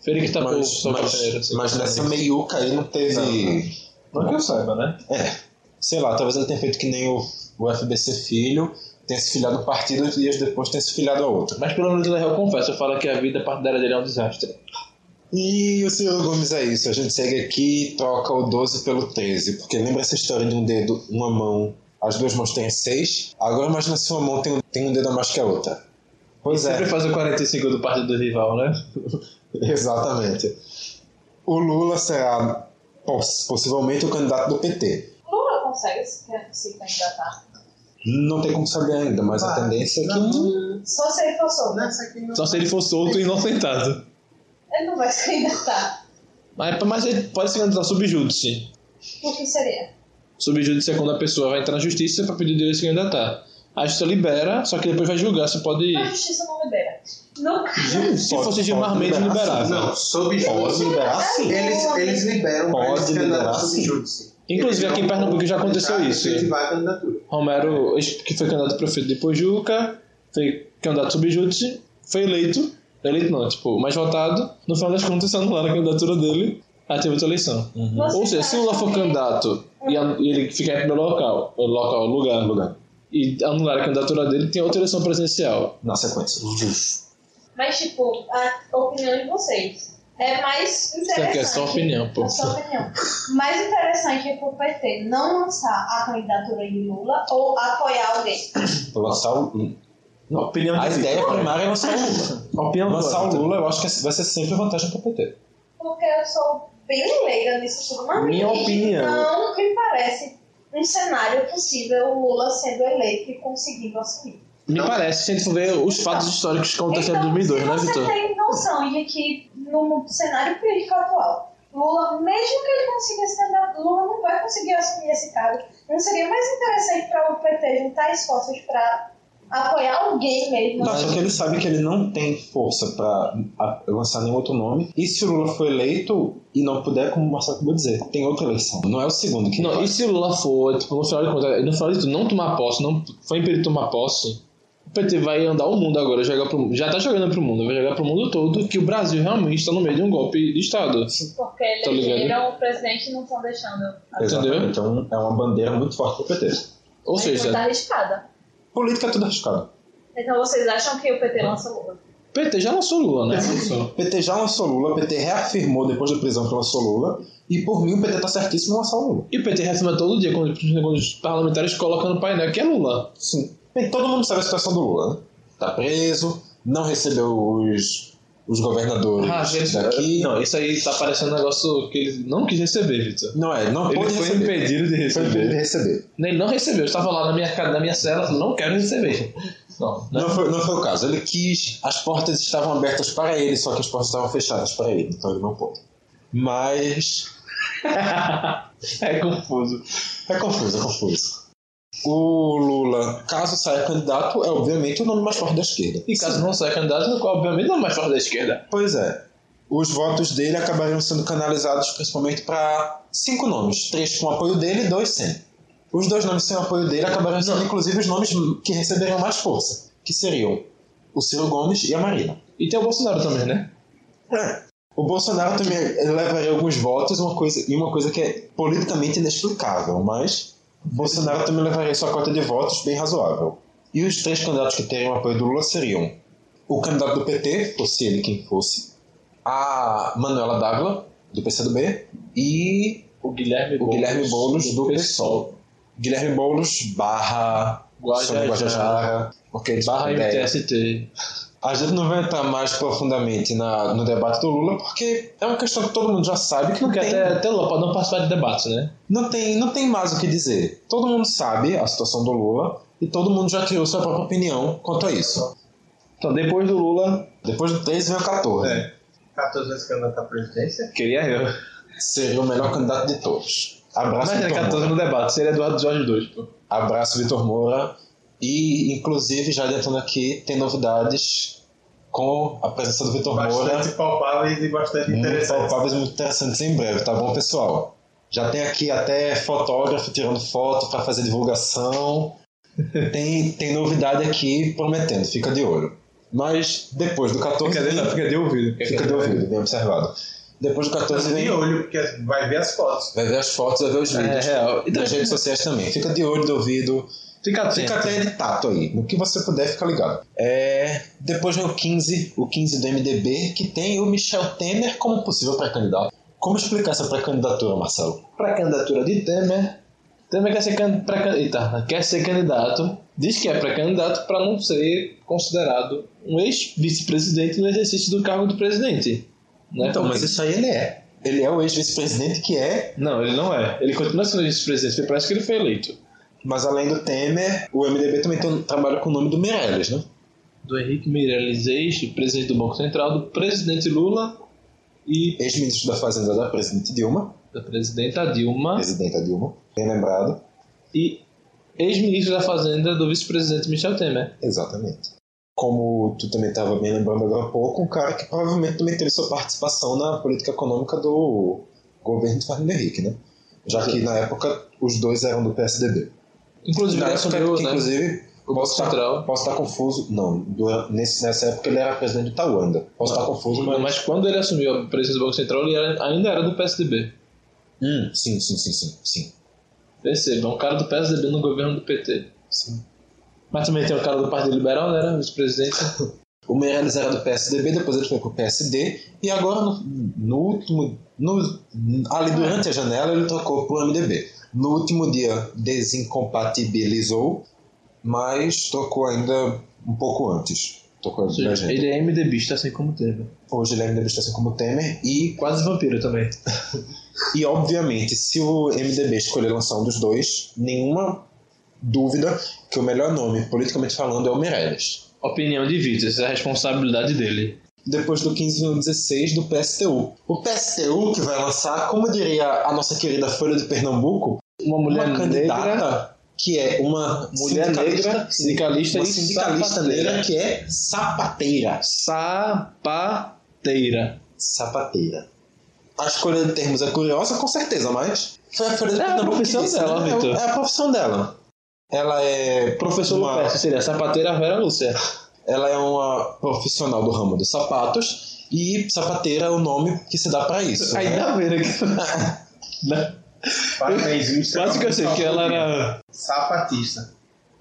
S2: Felipe tapou
S1: Mas,
S2: só
S1: mas-
S2: Pereira. assim,
S1: mas nessa
S2: Félix.
S1: meiuca aí não teve.
S2: Não que eu saiba, né?
S1: É. Sei lá, talvez ele tenha feito que nem o, o FBC filho, tenha se filiado a um partido e dias depois tenha se filiado a outro.
S2: Mas pelo menos o Léo confessa, eu falo que a vida partidária dele é um desastre.
S1: E o senhor Gomes é isso. A gente segue aqui e troca o 12 pelo 13. Porque lembra essa história de um dedo, uma mão. As duas mãos têm seis. Agora imagina se uma mão tem um, tem um dedo a mais que a outra. Pois
S2: Sempre
S1: é,
S2: faz o 45 do partido do rival, né?
S1: exatamente. O Lula será poss- possivelmente o candidato do PT.
S5: Lula consegue se, can- se candidatar.
S1: Não tem como saber ainda, mas a
S3: Ah,
S1: tendência é que.
S3: Não,
S5: Só se ele for solto.
S3: nessa aqui não.
S2: Só se ele for solto e inocentado.
S5: Ele não vai se candidatar.
S2: Mas, mas ele pode se candidatar subjúdice.
S5: O que seria?
S2: Subjúdice é quando a pessoa vai entrar na justiça pra pedir o direito de se candidatar. A justiça libera, só que depois vai julgar se pode
S5: A justiça não libera. Nunca.
S2: Se fosse Gilmar Mendes, liberava.
S3: Não, sob
S1: Pode
S3: júdice.
S1: liberar sim.
S3: Eles, eles liberam
S1: Pode
S3: pra eles
S1: liberar,
S3: candidatar sob
S1: sim.
S3: júdice.
S2: Inclusive, aqui em Pernambuco já aconteceu isso.
S3: Incentivar a candidatura.
S2: Romero, ex- que foi candidato a prefeito de Pojuca, foi candidato subjúdice, foi eleito, eleito não, tipo, mais votado, no final das contas anularam a candidatura dele, aí teve outra eleição.
S5: Você
S2: Ou seja, se o Lula for
S5: acha que-
S2: candidato e, a- e ele ficar em primeiro local, local
S1: Tá
S2: lugar, lugar, e anular a candidatura dele, tem outra eleição presidencial.
S1: Na sequência.
S5: Mas, tipo, a opinião de vocês. É mais
S2: Isso
S5: interessante.
S2: aqui é só opinião, pô.
S5: É só opinião. Mais interessante é pro PT não lançar a candidatura de Lula ou apoiar alguém.
S1: Lançar o. Não,
S2: Opinião
S1: a
S2: de
S1: ideia
S2: Vitor.
S1: primária é lançar o Lula.
S2: Opinião
S1: Lançar o
S2: do
S1: Lula eu acho que vai ser sempre vantagem pro PT.
S5: Porque eu sou bem leiga nisso tudo. Mas
S2: Minha
S5: me-
S2: opinião.
S5: Não me parece um cenário possível o Lula sendo eleito e conseguindo assumir.
S2: Me parece, se a gente for ver os fatos históricos que aconteceram em 2002, né,
S5: se então, você
S2: Vitor?
S5: tem noção de que no cenário político atual, Lula, mesmo que ele consiga se candidatar, Lula não vai conseguir assumir esse cargo. Não seria mais interessante para o PT juntar esforços para apoiar alguém mesmo? assim,
S1: Tá, só que ele sabe que ele não tem força pra a- lançar nenhum outro nome. E se o Lula for eleito e não puder, como o Marcelo acabou de dizer, tem outra eleição. Não é o segundo que
S2: Não, e se o Lula for, tipo, no final de contas, no final de tudo, não tomar posse, não foi impedido de tomar posse, o PT vai andar o mundo agora, jogar pro, já tá jogando pro mundo, vai jogar pro mundo todo que o Brasil realmente está no meio de um golpe de Estado.
S5: Porque
S2: Tô tá ligado. elegeram
S5: o presidente e não estão deixando.
S1: Exatamente. Então é uma bandeira muito forte pro PT.
S2: Ou seja,
S5: arriscada.
S1: Política é tudo arriscado.
S5: Então vocês acham que o PT lança Lula?
S2: o PT já lançou Lula, né? Lançou.
S1: O PT já lançou Lula, o PT reafirmou depois da prisão que lançou Lula. E por mim o PT tá certíssimo em lançar o Lula.
S2: E o PT reafirma todo dia quando, quando os parlamentares colocam no painel que é Lula.
S1: Sim. Bem, todo mundo sabe a situação do Lula, né? Tá preso, não recebeu os, os governadores
S2: Ah, gente,
S1: daqui.
S2: Não, isso aí tá parecendo um negócio que ele não quis receber, Vitor.
S1: Não é, não
S2: Ele
S1: pôde
S2: foi
S1: receber.
S2: impedido de
S1: Foi impedido de
S2: receber.
S1: receber.
S2: Ele não recebeu, eu estava lá na minha, ca- na minha cela, não quero receber. Não,
S1: Não foi, não foi o caso. Ele quis, as portas estavam abertas para ele, só que as portas estavam fechadas para ele, então ele não pôde. Mas
S2: é confuso.
S1: é confuso, é confuso. O Lula, caso saia candidato, é obviamente o nome mais forte da esquerda.
S2: E caso não saia candidato, no qual obviamente não é mais forte da esquerda.
S1: Pois é. Os votos dele acabariam sendo canalizados principalmente para cinco nomes: três com apoio dele e dois sem. Os dois nomes sem apoio dele acabariam sendo, inclusive, os nomes que receberiam mais força, que seriam o Ciro Gomes e a Marina.
S2: E tem o Bolsonaro também, né?
S1: O Bolsonaro também levaria alguns votos uma coisa, e uma coisa que é politicamente inexplicável, mas o Bolsonaro também levaria sua cota de votos bem razoável. E os três candidatos que teriam apoio do Lula seriam o candidato do PT, fosse ele quem fosse, a Manuela Dávila, do PCdoB, e
S2: O Guilherme
S1: o Guilherme Boulos, do PSOL. Guilherme Boulos barra
S2: Guajajara.
S1: Sônia Guajajara, é, porque eles
S2: Barra
S1: têm ideia.
S2: MTST.
S1: A gente não vai entrar mais profundamente na, no debate do Lula, porque é uma questão que todo mundo já sabe que não
S2: Porque
S1: tem,
S2: até, até Lula pode não participar de debate, né?
S1: não, tem, não tem mais o que dizer. Todo mundo sabe a situação do Lula e todo mundo já criou sua própria opinião quanto a isso.
S2: Então depois do Lula,
S1: Depois do 13 vem o 14.
S3: É. 14 vezes candidato à presidência.
S2: queria eu.
S1: Seria o melhor candidato de todos. Abraço,
S2: Mas é
S1: Vitor
S2: 14
S1: Moura.
S2: no debate, seria Eduardo Jorge 2, pô.
S1: Abraço, Vitor Moura. E, inclusive, já adiantando aqui, tem novidades com a presença do Vitor Moura.
S3: Bastante palpáveis e bastante
S1: Muito
S3: interessantes.
S1: palpáveis muito interessantes em breve, tá bom, pessoal? Já tem aqui até fotógrafo tirando foto para fazer divulgação. Tem, tem novidade aqui prometendo, fica de olho. Mas depois do 14.
S3: Fica de-
S1: fica de ouvido. Fica de ouvido, bem observado. Depois do 14
S3: Fica
S1: vem.
S3: de olho, porque vai ver as fotos.
S1: Vai ver as fotos, vai ver os vídeos.
S2: É, real.
S1: E das redes sociais também. Fica de olho do ouvido.
S2: Fica atento.
S1: Fica até de tato aí. No que você puder, fica ligado. É, depois vem o 15, o 15 do MDB, que tem o Michel Temer como possível pré-candidato. Como explicar essa pré-candidatura, Marcelo?
S2: pré-candidatura de Temer. Temer quer ser, can... pré- Eita, quer ser candidato, diz que é pré-candidato para não ser considerado um ex-vice-presidente no exercício do cargo de presidente. Né?
S1: Então, mas isso aí ele é. Ele é o ex-vice-presidente que é,
S2: Não, ele não é. Ele continua sendo vice-presidente, porque parece que ele foi eleito.
S1: mas além do Temer, o MDB também tem um- trabalha com o nome do Meirelles, né?
S2: Do Henrique Meirelles, ex-presidente do Banco Central, do presidente Lula e
S1: Ex-ministro da Fazenda da presidente Dilma.
S2: da presidenta Dilma
S1: Presidenta Dilma, bem lembrado.
S2: e ex-ministro da Fazenda do vice-presidente Michel Temer.
S1: Exatamente. Como tu também estava bem lembrando agora há pouco, um cara que provavelmente também teve sua participação na política econômica do governo de Fernando Henrique, né? Já que na época os dois eram do PSDB.
S2: Inclusive,
S1: Na
S2: ele
S1: época,
S2: assumiu,
S1: que,
S2: né?
S1: inclusive,
S2: o Banco
S1: posso tá-
S2: Central.
S1: posso estar confuso. Não, do- nesse- nessa época ele era presidente de Tauanda. Posso estar confuso, mas.
S2: Mas quando ele assumiu a presidência do Banco Central, ele era- ainda era do PSDB.
S1: Hum, sim, sim, sim, sim, sim.
S2: Perceba, é um cara do PSDB no governo do PT.
S1: sim.
S2: Mas também tem um cara do Partido Liberal, né? era Vice-presidente.
S1: O Meirelles era do PSDB, depois ele foi pro PSD, e agora, no, no último. no- ali durante a janela, ele tocou pro MDB. No último dia, desincompatibilizou, mas tocou ainda um pouco antes. Tocou
S2: Ou
S1: antes da
S2: seja,
S1: gente.
S2: ele é MDBista, assim como teve.
S1: Hoje ele é MDB assim como Temer, e,
S2: Quase vampiro também.
S1: e obviamente, se o MDB escolher lançar um dos dois, nenhuma dúvida que o melhor nome, politicamente falando, é o Meirelles.
S2: Opinião de Vitor, essa é a responsabilidade dele.
S1: depois do 15 no 16 do PSTU. O PSTU que vai lançar, como diria a nossa querida Folha de Pernambuco,
S2: Uma mulher
S1: uma candidata
S2: negra,
S1: que é uma
S2: mulher
S1: sindicalista,
S2: negra, sindicalista
S1: uma
S2: e
S1: sindicalista
S2: sapateira.
S1: negra que é sapateira.
S2: sapateira.
S1: Sapateira. A escolha de termos é curiosa, com certeza, mas foi a Folha de
S2: É a
S1: Pernambuco que
S2: profissão
S1: disse,
S2: dela,
S1: né? É o-
S2: Vitor.
S1: É a profissão dela. Ela é
S2: Professor
S1: uma-
S2: Lupercio seria sapateira Vera Lúcia.
S1: Ela é uma profissional do ramo dos sapatos e sapateira é o nome que se dá pra isso. né?
S2: Ainda bem, né? Não,
S3: Parabéns, viu? Isso é
S2: Quase que eu
S3: uma
S2: sei que ela era...
S3: Sapatista.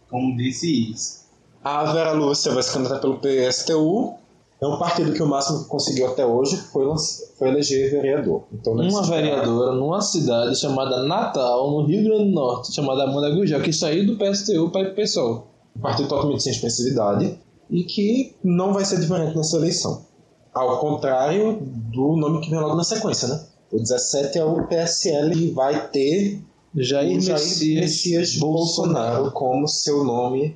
S3: Como disse Iris.
S1: A Vera Lúcia vai se candidatar pelo PSTU. É um partido que o máximo que conseguiu até hoje foi, lanç- foi eleger vereador. Então, não é
S2: Uma
S1: se-
S2: vereadora numa cidade chamada Natal, no Rio Grande do Norte, chamada Amanda Gugel, que saiu do PSTU para ir pro PSOL.
S1: Um partido totalmente sem expressividade e que não vai ser diferente nessa eleição. Ao contrário do nome que vem logo na sequência, né? O 17 é o PSL e vai ter
S2: Jair,
S1: o Jair
S2: Messias,
S1: Messias Bolsonaro como seu nome,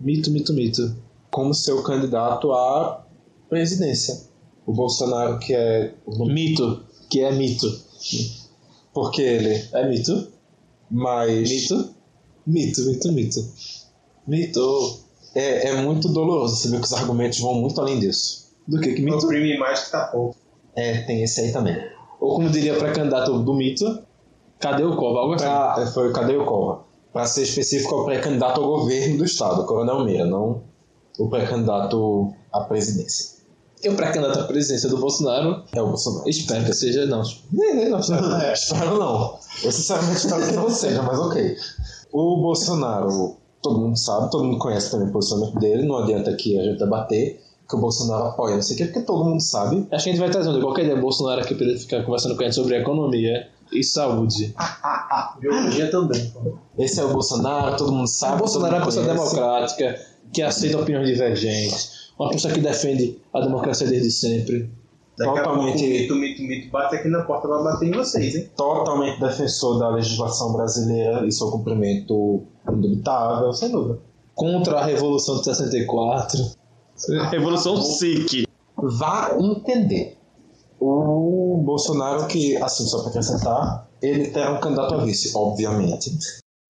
S2: Mito, mito, mito.
S1: como seu candidato à presidência. O Bolsonaro que é o
S3: Hum.
S1: nome
S2: Mito, que é mito.
S1: porque ele
S2: É mito?
S1: mais
S2: Mito? Mito, mito, mito. Mito.
S1: É, é muito doloroso, você vê que os argumentos vão muito além disso.
S2: Do que que mito?
S3: Oprime mais que tá pouco.
S1: É, tem esse aí também.
S2: Ou como diria pra candidato do mito, cadê o Cova? Algo assim.
S1: Pra, é, foi, cadê o Cova? Para ser específico, é o pré-candidato ao governo do Estado, Coronel Meira, não o pré-candidato à presidência.
S2: Eu pra candidato à presidência do Bolsonaro,
S1: É o Bolsonaro.
S2: espero que seja, não.
S1: É, espero não. Eu sinceramente espero que não seja, mas ok. O Bolsonaro, todo mundo sabe, todo mundo conhece também o posicionamento dele, não adianta aqui a gente debater que o Bolsonaro apoia, não sei o quê, porque todo mundo sabe
S2: Acho que a gente vai trazendo qualquer ideia Bolsonaro aqui pra ele ficar conversando com a gente sobre economia e saúde.
S3: Biologia também. pô.
S1: Esse é o Bolsonaro, todo mundo sabe.
S2: O Bolsonaro é uma
S1: todo mundo
S2: pessoa
S1: conhece.
S2: democrática, que aceita opiniões divergentes, uma pessoa que defende a democracia desde sempre.
S3: Daqui a pouco o
S1: Totalmente.
S3: mito, mito, mito bate aqui na porta vai bater em vocês, hein?
S1: Totalmente defensor da legislação brasileira e seu cumprimento indubitável, sem dúvida.
S2: contra a Revolução de 64. Revolução Sikh.
S1: Vá
S2: Um
S1: entender. O Bolsonaro, que, assim, só para acrescentar, ele terá um candidato a vice, obviamente.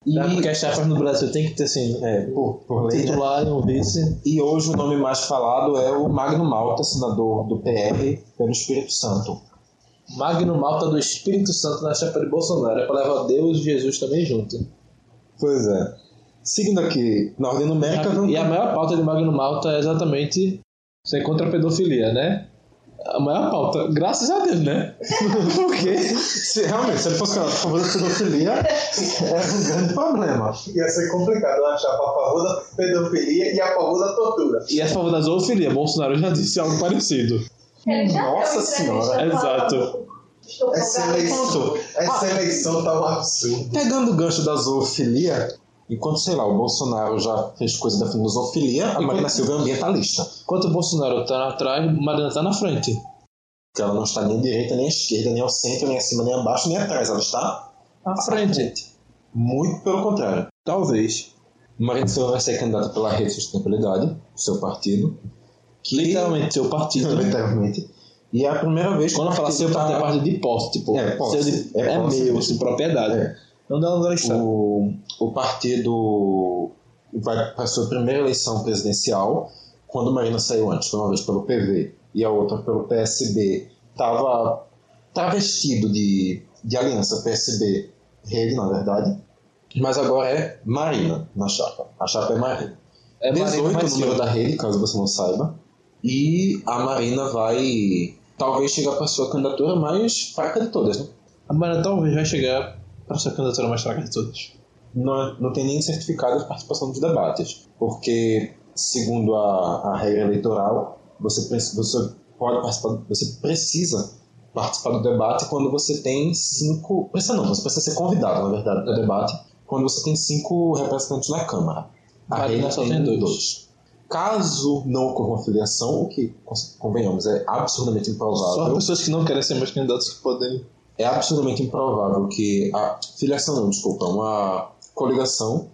S1: E,
S2: Né? Porque as chapas no Brasil tem que ter assim,
S1: é, por, por
S2: um
S1: lei, né?
S2: titular e um vice.
S1: E hoje o nome mais falado é o Magno Malta, senador do PR pelo Espírito Santo.
S2: Magno Malta do Espírito Santo na chapa de Bolsonaro. É pra levar Deus e Jesus também junto.
S1: Pois é. Seguindo aqui, na ordem numérica,
S2: um E a maior pauta de Magno Malta é exatamente Você é contra a pedofilia, né? A maior pauta. Graças a Deus, né?
S1: Porque, se, realmente, se ele fosse a favor da pedofilia, era um grande problema.
S3: Ia ser complicado eu achar a favor da pedofilia e a favor da tortura.
S2: E a favor da zoofilia, Bolsonaro já disse algo parecido.
S5: Ele É, já deu
S1: Nossa
S5: entrevista
S1: Senhora,
S5: falando, Estou
S3: Essa
S5: folgado.
S3: eleição, essa eleição tá um absurdo.
S1: Pegando o gancho da zoofilia, enquanto, sei lá, o Bolsonaro já fez coisa definindo zoofilia, a Marina Silva é ambientalista.
S2: Enquanto o Bolsonaro tá atrás, Marina tá na frente.
S1: Porque ela não está nem à direita, nem à esquerda, nem ao centro, nem acima, nem abaixo, nem atrás. Ela está
S2: À frente.
S1: muito pelo contrário. Talvez. Marina Silva vai ser candidata pela Rede Sustentabilidade, seu partido. Que,
S2: Literalmente, seu partido.
S1: Literalmente. né? E é a primeira vez que
S2: Quando
S1: o
S2: eu falar
S1: partido
S2: seu partido, é
S1: tá-
S2: parte de posse, tipo.
S1: É, posse.
S2: Seu de-
S1: É
S2: é,
S1: posse
S2: meu,
S1: mesmo.
S2: de propriedade.
S1: É.
S2: Não dá onde ela está.
S1: o, o partido vai para sua primeira eleição presidencial quando Marina saiu antes, foi uma vez pelo PV e a outra pelo PSB. Tava travestido de, de aliança PSB rede, na verdade. Mas agora é Marina na chapa. A chapa é Marina.
S2: É
S1: 18
S2: Marina
S1: o
S2: mais
S1: número
S2: Silva.
S1: da rede, caso você não saiba. E a Marina vai talvez chegar para sua candidatura mais fraca de todas, né?
S2: A Marina talvez vai chegar pra ser a candidatura mais fraca de todas.
S1: não, não tem nem certificado de participação dos debates, porque segundo a, a regra eleitoral, você, pre- você pode participar, você precisa participar do debate quando você tem cinco, precisa não, você precisa ser convidado na verdade para o debate quando você tem cinco representantes na Câmara. A
S2: Mas
S1: regra
S2: só
S1: tem,
S2: tem
S1: dois.
S2: dois.
S1: Caso não ocorra uma filiação, o que cons- convenhamos é absurdamente
S2: Só
S1: improvável,
S2: pessoas que não querem ser meus candidatos que podem.
S1: é absurdamente improvável que a filiação não, desculpa, uma coligação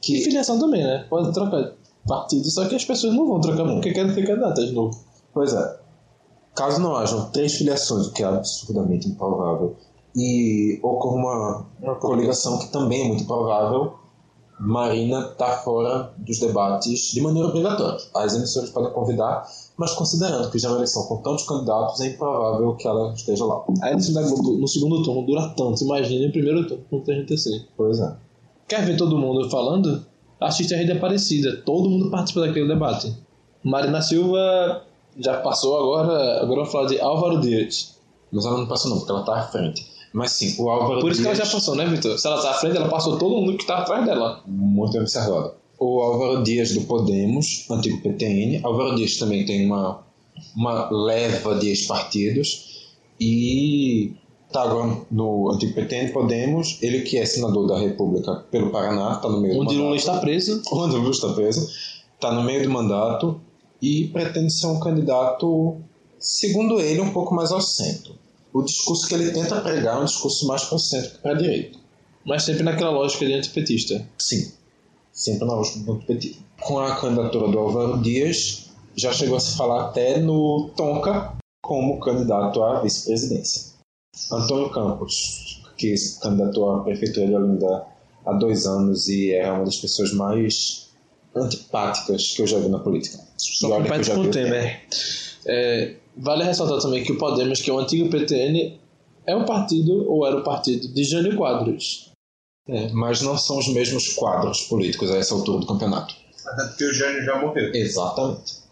S2: E
S1: que
S2: filiação também, né? Pode trocar partido, só que as pessoas não vão trocar porque querem ter candidatas de novo.
S1: Pois é. Caso não hajam três filiações, o que é absurdamente improvável, e ocorra uma, uma coligação que também é muito provável, Marina está fora dos debates de maneira obrigatória. As emissoras podem convidar, mas considerando que já é uma eleição com tantos candidatos, é improvável que ela esteja lá.
S2: A eleição da Globo no segundo turno dura tanto, imagina o primeiro turno, não tem gente assim.
S1: Pois é.
S2: Quer ver todo mundo falando? Assiste a Rede Aparecida, todo mundo participa daquele debate. Marina Silva já passou agora, agora eu vou falar de Álvaro Dias.
S1: Mas ela não passou não, porque ela está à frente. Mas sim, o Álvaro
S2: Por isso que ela
S1: Dias...
S2: já passou, né, Vitor? Se ela tá à frente, ela passou todo mundo que tá atrás dela.
S1: muito observado. O Álvaro Dias do Podemos, antigo PTN. Álvaro Dias também tem uma, uma leva de ex-partidos. E está agora no antigo PTN Podemos. Ele que é senador da República pelo Paraná, está no meio
S2: Onde
S1: do
S2: Um
S1: mandato.
S2: Lula está preso.
S1: Onde Lula está preso. Está Tá no meio do mandato e pretende ser um candidato, segundo ele, um pouco mais ao centro. O discurso que ele tenta pregar é um discurso mais para o centro que para a direita.
S2: Mas sempre naquela lógica de antipetista.
S1: Sim, sempre na lógica do petismo. Com a candidatura do Álvaro Dias, já chegou a se falar até no Tonka como candidato à vice-presidência. Antônio Campos, que se candidatou à prefeitura de Olinda há dois anos e era uma das pessoas mais antipáticas que eu já vi na política. E
S2: Só
S1: olha que eu
S2: compete
S1: já
S2: com
S1: vi
S2: o
S1: o
S2: Temer. É, vale ressaltar também que o Podemos, que é o antigo PTN, é o partido, ou era o partido, de Jânio Quadros.
S1: É, mas não são os mesmos quadros políticos a essa altura do campeonato.
S3: Até porque o Jânio já morreu.
S1: Exatamente.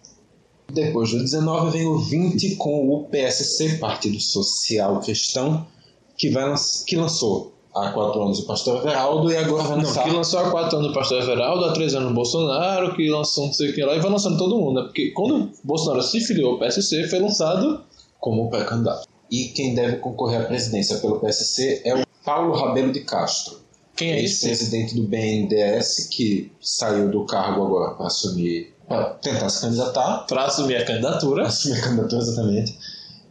S1: Depois do 19 vem o 20 com o PSC, Partido Social Cristão, que, vai, lanç- que lançou há quatro anos o pastor Everaldo e agora vai
S2: Não,
S1: lançar.
S2: que lançou há 4 anos o pastor Everaldo, há 3 anos o Bolsonaro, que lançou não sei o que lá, e vai lançando todo mundo, né? Porque quando o Bolsonaro se filiou ao PSC, foi lançado
S1: como pré-candidato. E quem deve concorrer à presidência pelo PSC é o Paulo Rabelo de Castro,
S2: quem é esse?
S1: ex-presidente do BNDES, que saiu do cargo agora para assumir, para tentar se candidatar.
S2: Pra assumir a candidatura.
S1: assumir a candidatura, exatamente.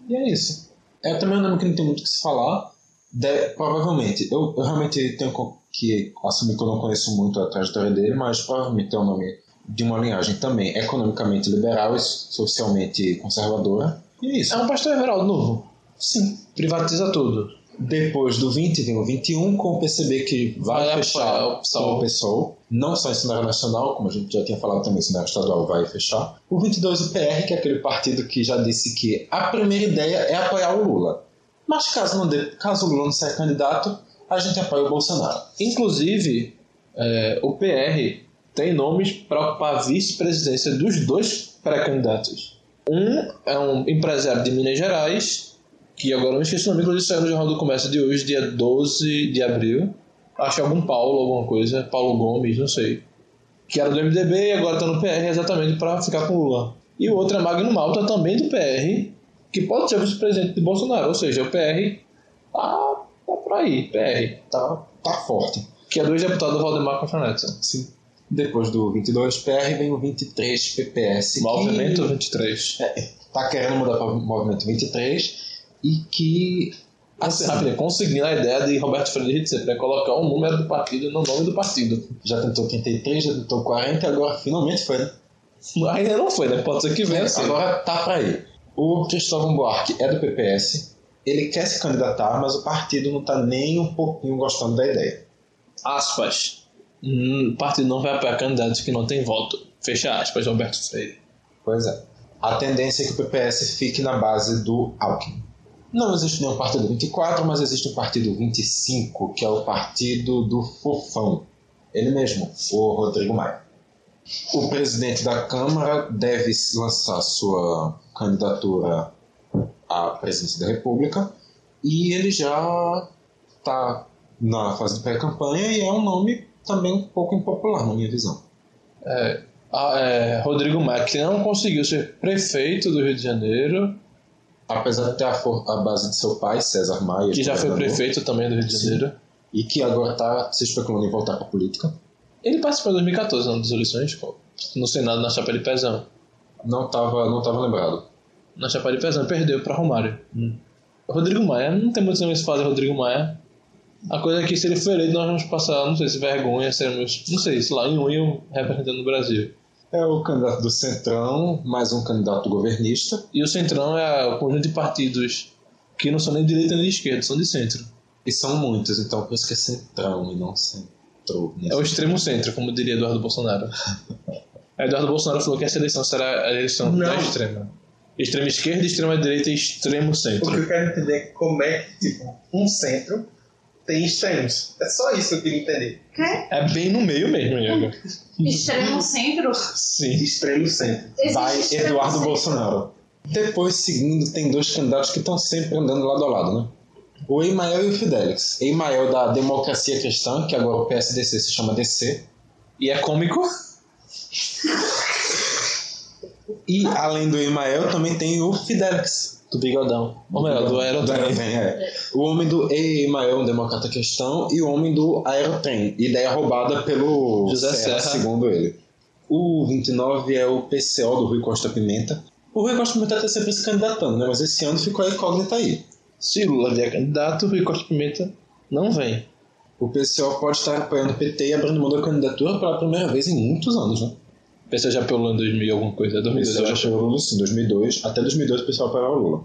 S1: E é isso. É também um nome que não tem muito o que se falar. De- provavelmente, eu, eu realmente tenho co- que assumir que eu não conheço muito a trajetória dele, mas provavelmente é um nome de uma linhagem também economicamente liberal e socialmente conservadora. E é isso.
S2: É um pastor Everaldo novo.
S1: Sim.
S2: Privatiza tudo.
S1: Depois do 20, vem o 21 com o PCB que vai
S2: Vai
S1: fechar
S2: apoiar
S1: o
S2: o PSOL.
S1: PSOL. Não só em cenário nacional, como a gente já tinha falado também, o cenário estadual vai fechar. O 22, o PR, que é aquele partido que já disse que a primeira ideia é apoiar o Lula. Mas caso, não dê, caso o Lula não saia candidato, a gente apoia o Bolsonaro.
S2: Inclusive, é, o PR tem nomes para ocupar a vice-presidência dos dois pré-candidatos. Um é um empresário de Minas Gerais, que agora eu me esqueci o nome, inclusive saiu no Jornal do Comércio de hoje, dia 12 de abril. Acho que é algum Paulo, alguma coisa, Paulo Gomes, não sei. Que era do MDB e agora tá no PR exatamente para ficar com o Lula. E o outro é Magno Malta, também do PR, que pode ser vice-presidente de Bolsonaro, ou seja, o PR tá, tá por aí, PR, tá, tá forte. Que é do ex-deputado Valdemar Cochonete.
S1: Sim. Depois do 22 PR vem o 23 PPS. que
S2: Movimento 23.
S1: Tá querendo mudar para o movimento 23 e que. Assim,
S2: Rápido, conseguindo a ideia de Roberto Freire sempre
S1: né,
S2: é colocar um número do partido no nome do partido.
S1: já tentou 33, já tentou 40, agora finalmente foi. né?
S2: Ainda não foi, né? Pode ser que venha. Assim.
S1: Agora tá pra ir. O Cristóvão Buarque é do PPS, ele quer se candidatar, mas o partido não tá nem um pouquinho gostando da ideia.
S2: Aspas. Hum, O partido não vai apoiar candidatos que não têm voto. Fecha aspas, Roberto Freire.
S1: Pois é. A tendência é que o PPS fique na base do Alckmin. Não existe nenhum partido 24, mas existe o partido 25, que é o partido do Fofão. Ele mesmo, o Rodrigo Maia. O presidente da Câmara deve lançar sua candidatura à presidência da República e ele já está na fase de pré-campanha e é um nome também um pouco impopular, na minha visão.
S2: Ah, é, Rodrigo Maia, que não conseguiu ser prefeito do Rio de Janeiro,
S1: Apesar de ter a, for- a base de seu pai, César Maia,
S2: que já foi
S1: governador,
S2: prefeito também do Rio de Janeiro.
S1: e que agora está se especulando em voltar para a política,
S2: Ele participou em 2014, não, das eleições, pô, no Senado, na Chapa de Pezão.
S1: não estava não tava lembrado.
S2: na Chapa de Pezão, perdeu para Romário. Rodrigo Maia, não tem muito nome se falar de Rodrigo Maia. A coisa é que se ele for eleito, nós vamos passar, não sei se vergonha, seremos, não sei, sei lá, em um representando o Brasil.
S1: É o candidato do Centrão, mais um candidato governista,
S2: E o Centrão é o conjunto de partidos que não são nem de direita nem de esquerda, são de centro.
S1: e são muitos, então por isso que é Centrão e não Centro.
S2: É o extremo centro, como diria Eduardo Bolsonaro. Eduardo Bolsonaro falou que essa eleição será a eleição da
S3: Não.
S2: extrema. Extrema esquerda, extrema direita e extremo
S3: O que
S2: centro.
S3: eu quero entender é como é que, tipo, um centro tem extremos. É só isso que eu queria entender.
S5: Quê?
S2: É bem no meio mesmo, Iago.
S5: Extremo centro?
S2: Sim.
S3: Extremo centro.
S5: Existe
S1: Vai
S5: extremo
S1: Eduardo
S5: centro.
S1: Bolsonaro. Depois, seguindo, tem dois candidatos que estão sempre andando lado a lado, né? O Emael e o Fidelix. Emael da Democracia Cristã, que agora o PSDC se chama DC,
S2: E é cômico?
S1: E além do Emael, também tem o Fidelix.
S2: Do bigodão. Ou melhor, é, do aerotrem.
S1: Aerotrem, é. O homem do Emael, um democrata cristão, e o homem do Aerotrem. Ideia roubada pelo
S2: José Serra.
S1: segundo ele. O 29 é o PCO do Rui Costa Pimenta. O Rui Costa Pimenta tá sempre se candidatando, né? Mas esse ano ficou a incógnita aí.
S2: Se Lula vier candidato, Rui Costa Pimenta não vem.
S1: O PCO pode estar apoiando o PT e abrindo mão da candidatura pela primeira vez em muitos anos, né?
S2: O pessoal já pelou em 2000 alguma coisa,
S1: O
S2: 2002
S1: pessoal
S2: eu
S1: já
S2: acho.
S1: chegou Lula sim, 2002. Até 2002 o pessoal apoiava o Lula.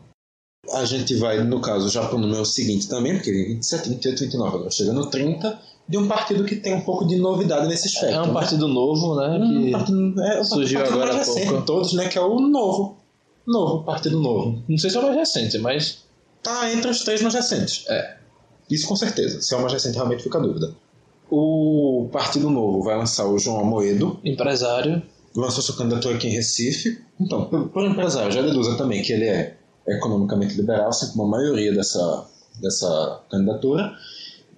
S1: A gente vai, no caso, já para o número seguinte também, porque é 27, 28, 29, agora chegando no 30, de um partido que tem um pouco de novidade nesse aspecto.
S2: É um
S1: né?
S2: partido novo, né?
S1: Um
S2: que-
S1: partido- é, um
S2: surgiu
S1: partido
S2: agora
S1: mais
S2: há
S1: recente
S2: pouco.
S1: de todos, né? Que é o Novo. Novo, Partido Novo.
S2: Não sei se é o mais recente, mas
S1: Tá entre os três mais recentes.
S2: É.
S1: Isso com certeza. Se é o mais recente, realmente fica a dúvida. O Partido Novo vai lançar o João Amoedo,
S2: empresário.
S1: lançou sua candidatura aqui em Recife. Então, por, por empresário, já deduza também que ele é economicamente liberal, assim como a maioria dessa, dessa candidatura.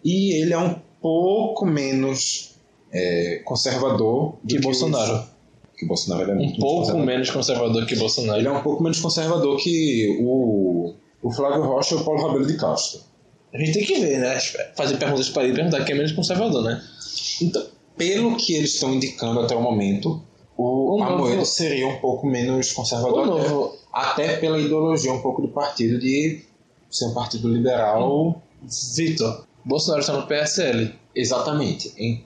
S1: E ele é um pouco menos é, conservador do
S2: Que Bolsonaro.
S1: os- que Bolsonaro ele é
S2: Um
S1: muito
S2: pouco
S1: conservador.
S2: menos conservador que Bolsonaro.
S1: Ele é um pouco menos conservador que o, o Flávio Rocha e o Paulo Rabelo de Castro.
S2: A gente tem que ver, né? Fazer perguntas para ele e perguntar quem é menos conservador, né?
S1: Então, pelo que eles estão indicando até o momento, o,
S2: O
S1: Amoedo
S2: novo-
S1: seria um pouco menos conservador.
S2: O
S1: até-
S2: novo.
S1: até pela ideologia um pouco do partido de ser um partido liberal.
S2: Vitor. Bolsonaro está no PSL,
S1: Exatamente. Em-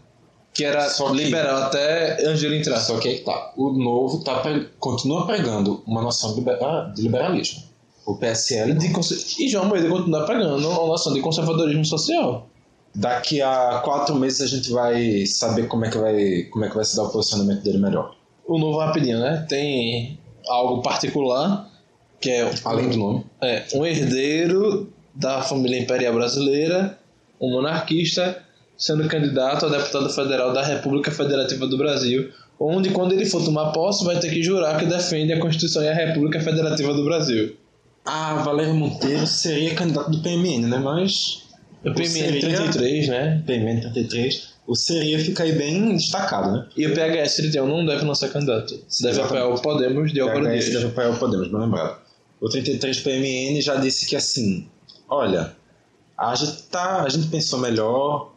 S2: que era
S1: Só que-
S2: liberal até Angela entrar.
S1: Só que aí que tá. O novo tá pre- continua pregando uma noção de, libera- de liberalismo. O PSL,
S2: De conser- E João Moeda continua pregando a noção de conservadorismo social.
S1: daqui a quatro meses a gente vai saber como é que vai, como é que vai se dar o posicionamento dele melhor.
S2: O novo rapidinho, né? Tem algo particular, que é
S1: Além do nome.
S2: É, um herdeiro da família imperial brasileira, um monarquista sendo candidato a deputado federal da República Federativa do Brasil, onde, quando ele for tomar posse, vai ter que jurar que defende a Constituição e a República Federativa do Brasil.
S1: Ah, Valério Monteiro seria candidato do PMN, né? Mas
S2: O PMN
S1: seria?
S2: 33, né?
S1: PMN 33, o seria fica aí bem destacado, né?
S2: E o PHS 31 não deve não ser candidato. Deve
S1: exatamente.
S2: apoiar o Podemos de Álvaro
S1: PHS
S2: Dias.
S1: deve apoiar o Podemos, bem lembrado. O 33 PMN já disse que assim, olha, a gente, tá, a gente pensou melhor,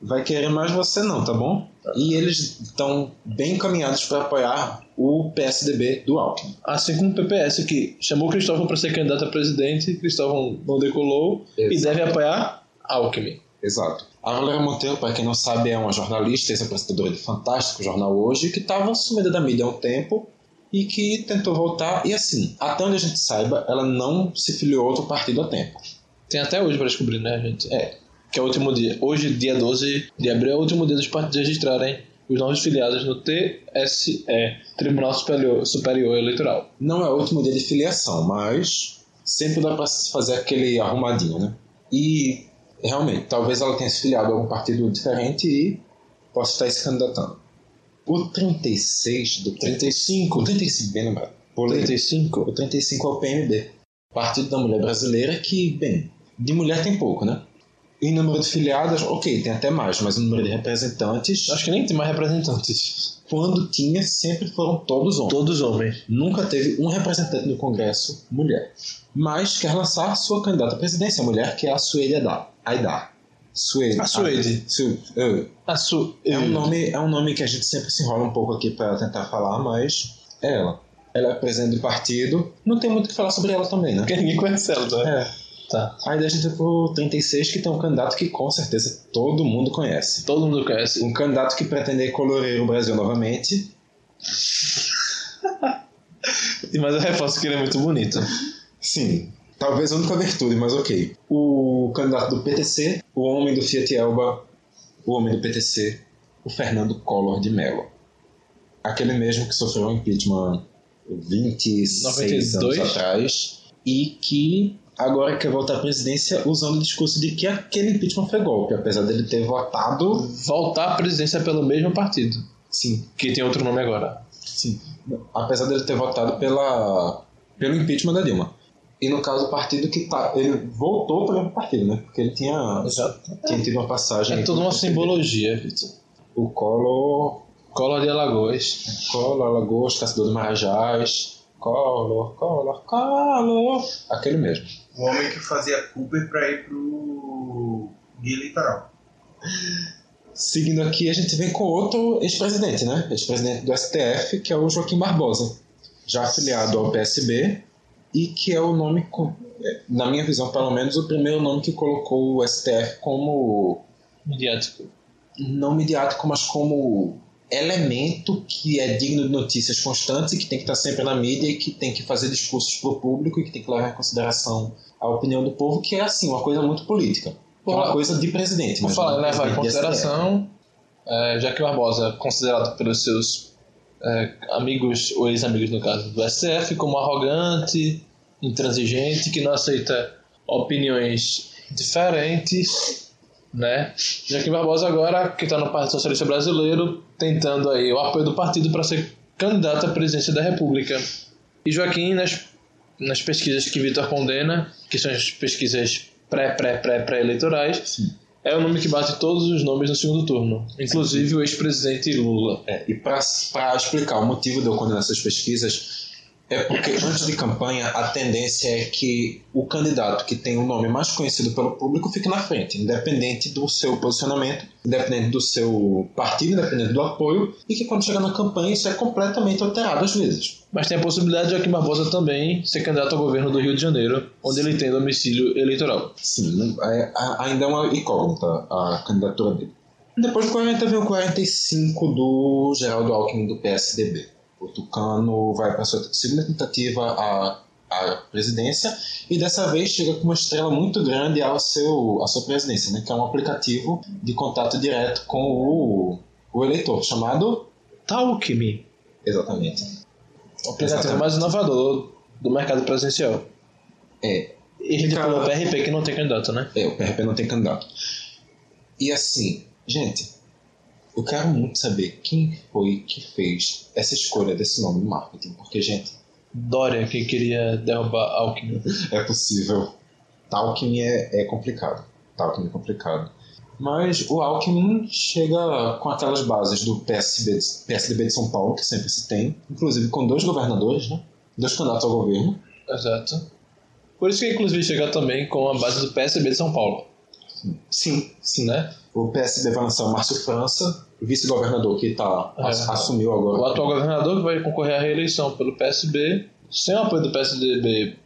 S1: vai querer mais você não, tá bom? E eles estão bem encaminhados para apoiar o PSDB do Alckmin.
S2: Assim como o PPS, que chamou Cristóvão para ser candidato a presidente, Cristóvão não decolou e
S1: Exato.
S2: deve apoiar Alckmin.
S1: Exato. A Valéria Monteiro, para quem não sabe, é uma jornalista, ex-apresentadora do Fantástico Jornal Hoje, que estava sumida da mídia há um tempo e que tentou voltar. E assim, até onde a gente saiba, ela não se filiou a outro partido a tempo.
S2: Tem até hoje para descobrir, né, gente? É. Que é o último dia. Hoje, dia 12 de abril, é o último dia dos partidos registrarem os novos filiados no TSE, Tribunal Superior, Superior Eleitoral.
S1: não é o último dia de filiação, mas sempre dá para fazer aquele arrumadinho, né? E realmente, talvez ela tenha se filiado a algum partido diferente e possa estar se candidatando. O 36 do 35, o 35 bem lembrado. Vou ler.
S2: 35?
S1: O 35 é o PMB, Partido da Mulher Brasileira, que, bem, de mulher tem pouco, né? Em número de filiadas, ok, tem até mais, mas o número de representantes,
S2: Acho que nem tem mais representantes.
S1: quando tinha, sempre foram todos homens.
S2: Todos homens.
S1: Nunca teve um representante no Congresso mulher. Mas quer lançar sua candidata à presidência mulher, que é a Sueli Haddad. Haidar. Sueli.
S2: A Sueli.
S1: Su- eh,
S2: A su...
S1: É um, nome, é um nome que a gente sempre se enrola um pouco aqui para tentar falar, mas é ela. Ela é presidente do partido. Não tem muito o que falar sobre ela também, né?
S2: Porque ninguém conhece ela, tá?
S1: É.
S2: Tá.
S1: Aí daí a gente vai pro 36, que tem um candidato que com certeza todo mundo conhece.
S2: Todo mundo conhece.
S1: Um candidato que pretende colorir o Brasil novamente.
S2: Mas eu reforço que ele é muito bonito.
S1: Então, Sim, talvez a única virtude, mas ok. O candidato do PTC, o homem do Fiat Elba, o homem do PTC, o Fernando Collor de Mello. Aquele mesmo que sofreu um impeachment 26
S2: 92?
S1: anos atrás e que agora quer voltar à presidência usando o discurso de que aquele impeachment foi golpe, apesar dele ter votado.
S2: Voltar à presidência pelo mesmo partido.
S1: Sim,
S2: Que tem outro nome agora.
S1: sim. Apesar dele ter votado pela, pelo impeachment da Dilma. E no caso, o partido que tá. Ele voltou para o mesmo partido, né? Porque ele tinha
S2: Exato.
S1: Quem teve uma passagem.
S2: É toda uma simbologia, Vitor.
S1: O Collor.
S2: Collor de Alagoas.
S1: Collor, Alagoas, Caçador do Marajás. Collor, Collor, Collor. Aquele mesmo.
S3: O homem que fazia Cooper pra ir pro Guia Litoral.
S1: Seguindo aqui, a gente vem com outro ex-presidente, né? Ex-presidente do STF, que é o Joaquim Barbosa. Já afiliado ao PSB. E que é o nome, co- é, na minha visão, pelo menos, o primeiro nome que colocou o STF como
S2: Midiático.
S1: não midiático, mas como elemento que é digno de notícias constantes e que tem que estar sempre na mídia e que tem que fazer discursos para o público e que tem que levar em consideração a opinião do povo, que é assim, uma coisa muito política. Que é uma
S2: Por-
S1: coisa de presidente.
S2: Por
S1: mas
S2: falar
S1: não
S2: em levar em
S1: de STF.
S2: consideração, é, Jaque Barbosa, considerado pelos seus é, amigos, ou ex-amigos no caso, do SF, como arrogante, intransigente, que não aceita opiniões diferentes, né? Jaque Barbosa agora, que está no Partido Socialista Brasileiro, tentando aí o apoio do partido para ser candidato à presidência da República. E Joaquim, nas, nas pesquisas que Vitor condena, que são as pesquisas pré-pré-pré-pré-eleitorais, é o nome que bate todos os nomes no segundo turno, inclusive o ex-presidente Lula.
S1: É, e para explicar o motivo de eu condenar essas pesquisas, é porque antes de campanha a tendência é que o candidato que tem o nome mais conhecido pelo público fique na frente, independente do seu posicionamento, independente do seu partido, independente do apoio, e que quando chega na campanha isso é completamente alterado às vezes.
S2: Mas tem a possibilidade de Joaquim Barbosa também ser candidato ao governo do Rio de Janeiro, onde ele tem domicílio eleitoral.
S1: Sim, não- é- a- ainda é uma incógnita a candidatura dele. Depois do 40 vem o 45 do Geraldo Alckmin do PSDB. O Tucano vai para sua segunda tentativa à, à presidência e dessa vez chega com uma estrela muito grande ao seu, à sua presidência, né? que é um aplicativo de contato direto com o, o eleitor, chamado.
S2: Tá Talkme,
S1: Exatamente.
S2: o aplicativo mais inovador do mercado presidencial.
S1: É,
S2: E a gente
S1: Cara.
S2: falou PRP que não tem candidato, né?
S1: é, o PRP não tem candidato. E assim, Gente, eu quero muito saber quem foi que fez essa escolha desse nome no marketing, porque, gente,
S2: Dória que queria derrubar Alckmin.
S1: é possível. Talking é, é complicado. Talking é complicado. Mas o Alckmin chega com aquelas bases do PSB, de- PSDB de São Paulo, que sempre se tem, inclusive com dois governadores, né? dois candidatos ao governo.
S2: Exato. Por isso que inclusive chegou também com a base do PSB de São Paulo,
S1: Sim, sim.
S2: né?
S1: O PSB vai lançar o Márcio França, o vice-governador que tá,
S2: É.
S1: ass- assumiu agora.
S2: O atual governador que vai concorrer à reeleição pelo PSB, sem o apoio do PSDB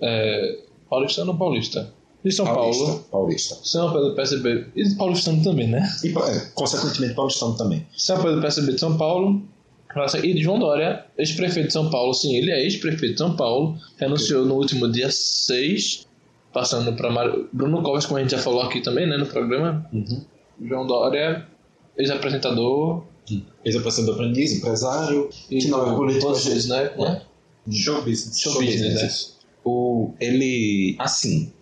S2: é, paulistano ou paulista? De São
S1: Paulista,
S2: Paulo.
S1: Paulista.
S2: Sem o apoio do PSB e do paulistano também, né?
S1: E, pa- é, consequentemente, paulistano também.
S2: Sem o apoio do PSB de São Paulo. nossa, E de João Dória, ex-prefeito de São Paulo, sim, ele é ex-prefeito de São Paulo, renunciou no último dia 6, passando para Bruno Covas, como a gente já falou aqui também, né, no programa. João Dória, ex-apresentador,
S1: Ex-apresentador aprendiz, empresário, que não é político.
S2: todas as vezes, né? como é?
S1: Show business. é.
S2: Show business, né?
S1: O, ele, assim,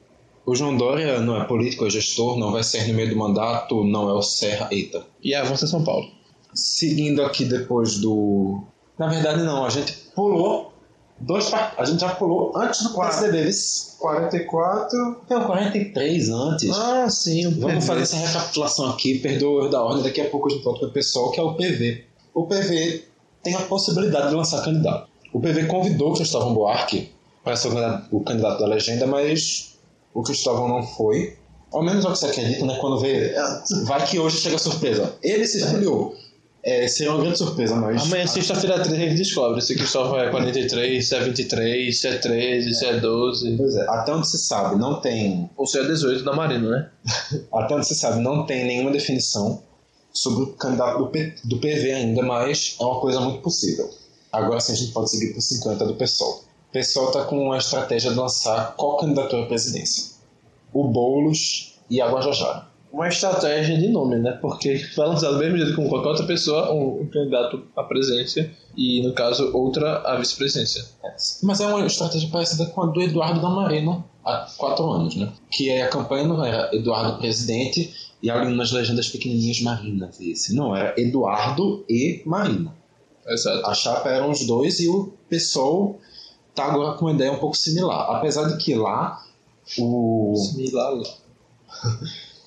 S1: o João Dória não é político, é gestor, não vai ser no meio do mandato, não é o Serra. Eita.
S2: E avança São Paulo.
S1: Seguindo aqui depois do... Na verdade, não, a gente pulou dois par- A gente já pulou antes do
S3: Quatro.
S1: PSDB. vice.
S3: 44.
S1: Tem o 43 antes.
S2: Ah, sim, o
S1: Vamos fazer essa recapitulação aqui, perdoa eu da ordem, daqui a pouco a gente volta para o pessoal, que é o PV. O PV tem a possibilidade de lançar candidato. O PV convidou o Cristóvão Buarque para ser o candida- o candidato da legenda, mas o Cristóvão não foi. Ao menos é o que você acredita, né? Quando vê. Vai que hoje chega a surpresa. Ele se filiou. É, seria uma grande surpresa, mas. tá.
S2: Amanhã, sexta-feira 3, a gente descobre se Cristóvão é 43, se é 23, se é 13, se é 12,
S1: Pois é, até onde se sabe, não tem
S2: ou se é 18 da Marina, né?
S1: Até onde você sabe, não tem nenhuma definição sobre o candidato do, P- do PV ainda, mas é uma coisa muito possível. Agora sim a gente pode seguir para 50 do PSOL. O PSOL está com a estratégia de lançar qual candidatura à presidência? O Boulos e a Guajajara.
S2: uma estratégia de nome, né? Porque vai lançar do mesmo jeito com qualquer outra pessoa, um, um candidato à presidência e, no caso, outra à vice-presidência.
S1: Mas é uma estratégia parecida com a do Eduardo da Marina há quatro anos, né? Que é a campanha não era Eduardo presidente e ali nas legendas pequenininhas Marina. Esse. Não, era Eduardo e Marina.
S2: Exato.
S1: A chapa eram os dois e o PSOL tá agora com uma ideia um pouco similar. Apesar de que lá o,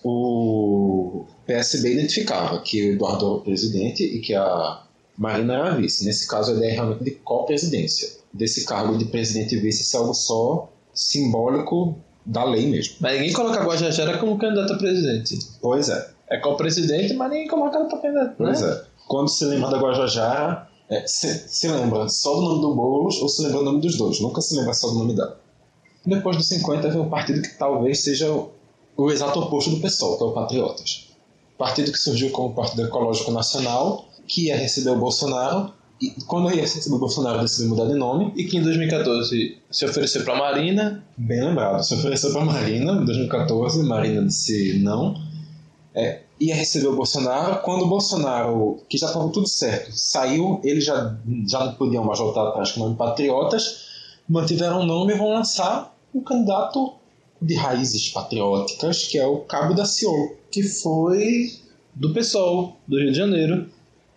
S1: o PSB identificava que o Eduardo era o presidente e que a Marina era a vice. Nesse caso, a ideia é realmente de co-presidência. Desse cargo de presidente e vice ser algo só simbólico da lei mesmo.
S2: Mas ninguém coloca a Guajajara como candidata a presidente.
S1: Pois é.
S2: É co-presidente, mas ninguém coloca ela para candidato, né?
S1: Pois é. Quando se lembra da Guajajara, é, se, se lembra só do nome do Boulos ou se lembra do nome dos dois. Nunca se lembra só do nome dela. Depois dos 50 vem um partido que talvez seja o, o exato oposto do PSOL, que é o Patriotas. Partido que surgiu como Partido Ecológico Nacional, que ia receber o Bolsonaro, e quando ia receber o Bolsonaro decidiu mudar de nome.
S2: E que em 2014 se ofereceu para Marina,
S1: Bem lembrado, se ofereceu para Marina em 2014, Marina disse não. É, ia receber o Bolsonaro. Quando o Bolsonaro, que já estava tudo certo, saiu, eles já, já não podiam mais voltar atrás com o nome Patriotas, mantiveram o nome e vão lançar um candidato de raízes patrióticas, que é o Cabo da Ciolo.
S2: que foi do PSOL, do Rio de Janeiro,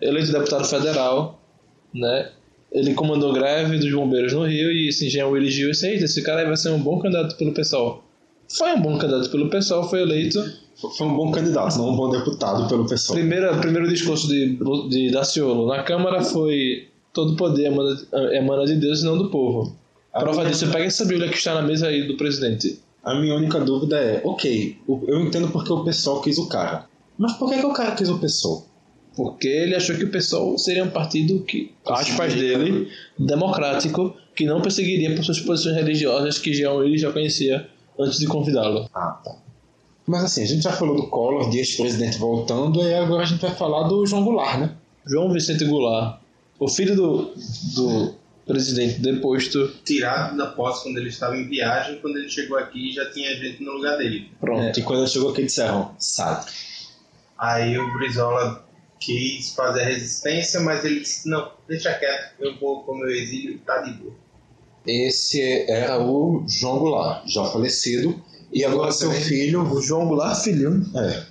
S2: eleito deputado federal, né? Ele comandou greve dos bombeiros no Rio e esse engenheiro elegiu esse aí, esse cara aí vai ser um bom candidato pelo PSOL. Foi um bom candidato pelo PSOL, foi eleito.
S1: Foi um bom candidato, não um bom deputado pelo pessoal.
S2: Primeiro, primeiro discurso de, Bru- de Daciolo na Câmara foi todo poder emana, emana de Deus e não do povo.
S1: A
S2: Prova
S1: minha-
S2: disso, pega essa bíblia que está na mesa aí do presidente.
S1: A minha única dúvida é, ok, o- eu entendo porque o pessoal quis o cara. Mas por que, que o cara quis o pessoal?
S2: Porque ele achou que o PSOL seria um partido que, aspas dele, democrático, que não perseguiria por suas posições religiosas que Jean ele já conhecia antes de convidá-lo.
S1: Ah, tá. Mas assim, a gente já falou do Collor, de ex-presidente voltando, e agora a gente vai falar do João Goulart, né?
S2: João Vicente Goulart, o filho do, do presidente deposto,
S3: Tirado da posse quando ele estava em viagem, quando ele chegou aqui já tinha gente no lugar dele.
S2: pronto.
S1: E quando ele chegou aqui "Ah, disseram, sai.
S3: Aí o Brizola quis fazer resistência, mas ele disse: não, deixa quieto, eu vou pro meu exílio, tá de boa.
S1: Esse era o João Goulart, já falecido, E agora
S3: Lula
S1: seu
S3: também.
S1: filho, o João Goulart Filho, é,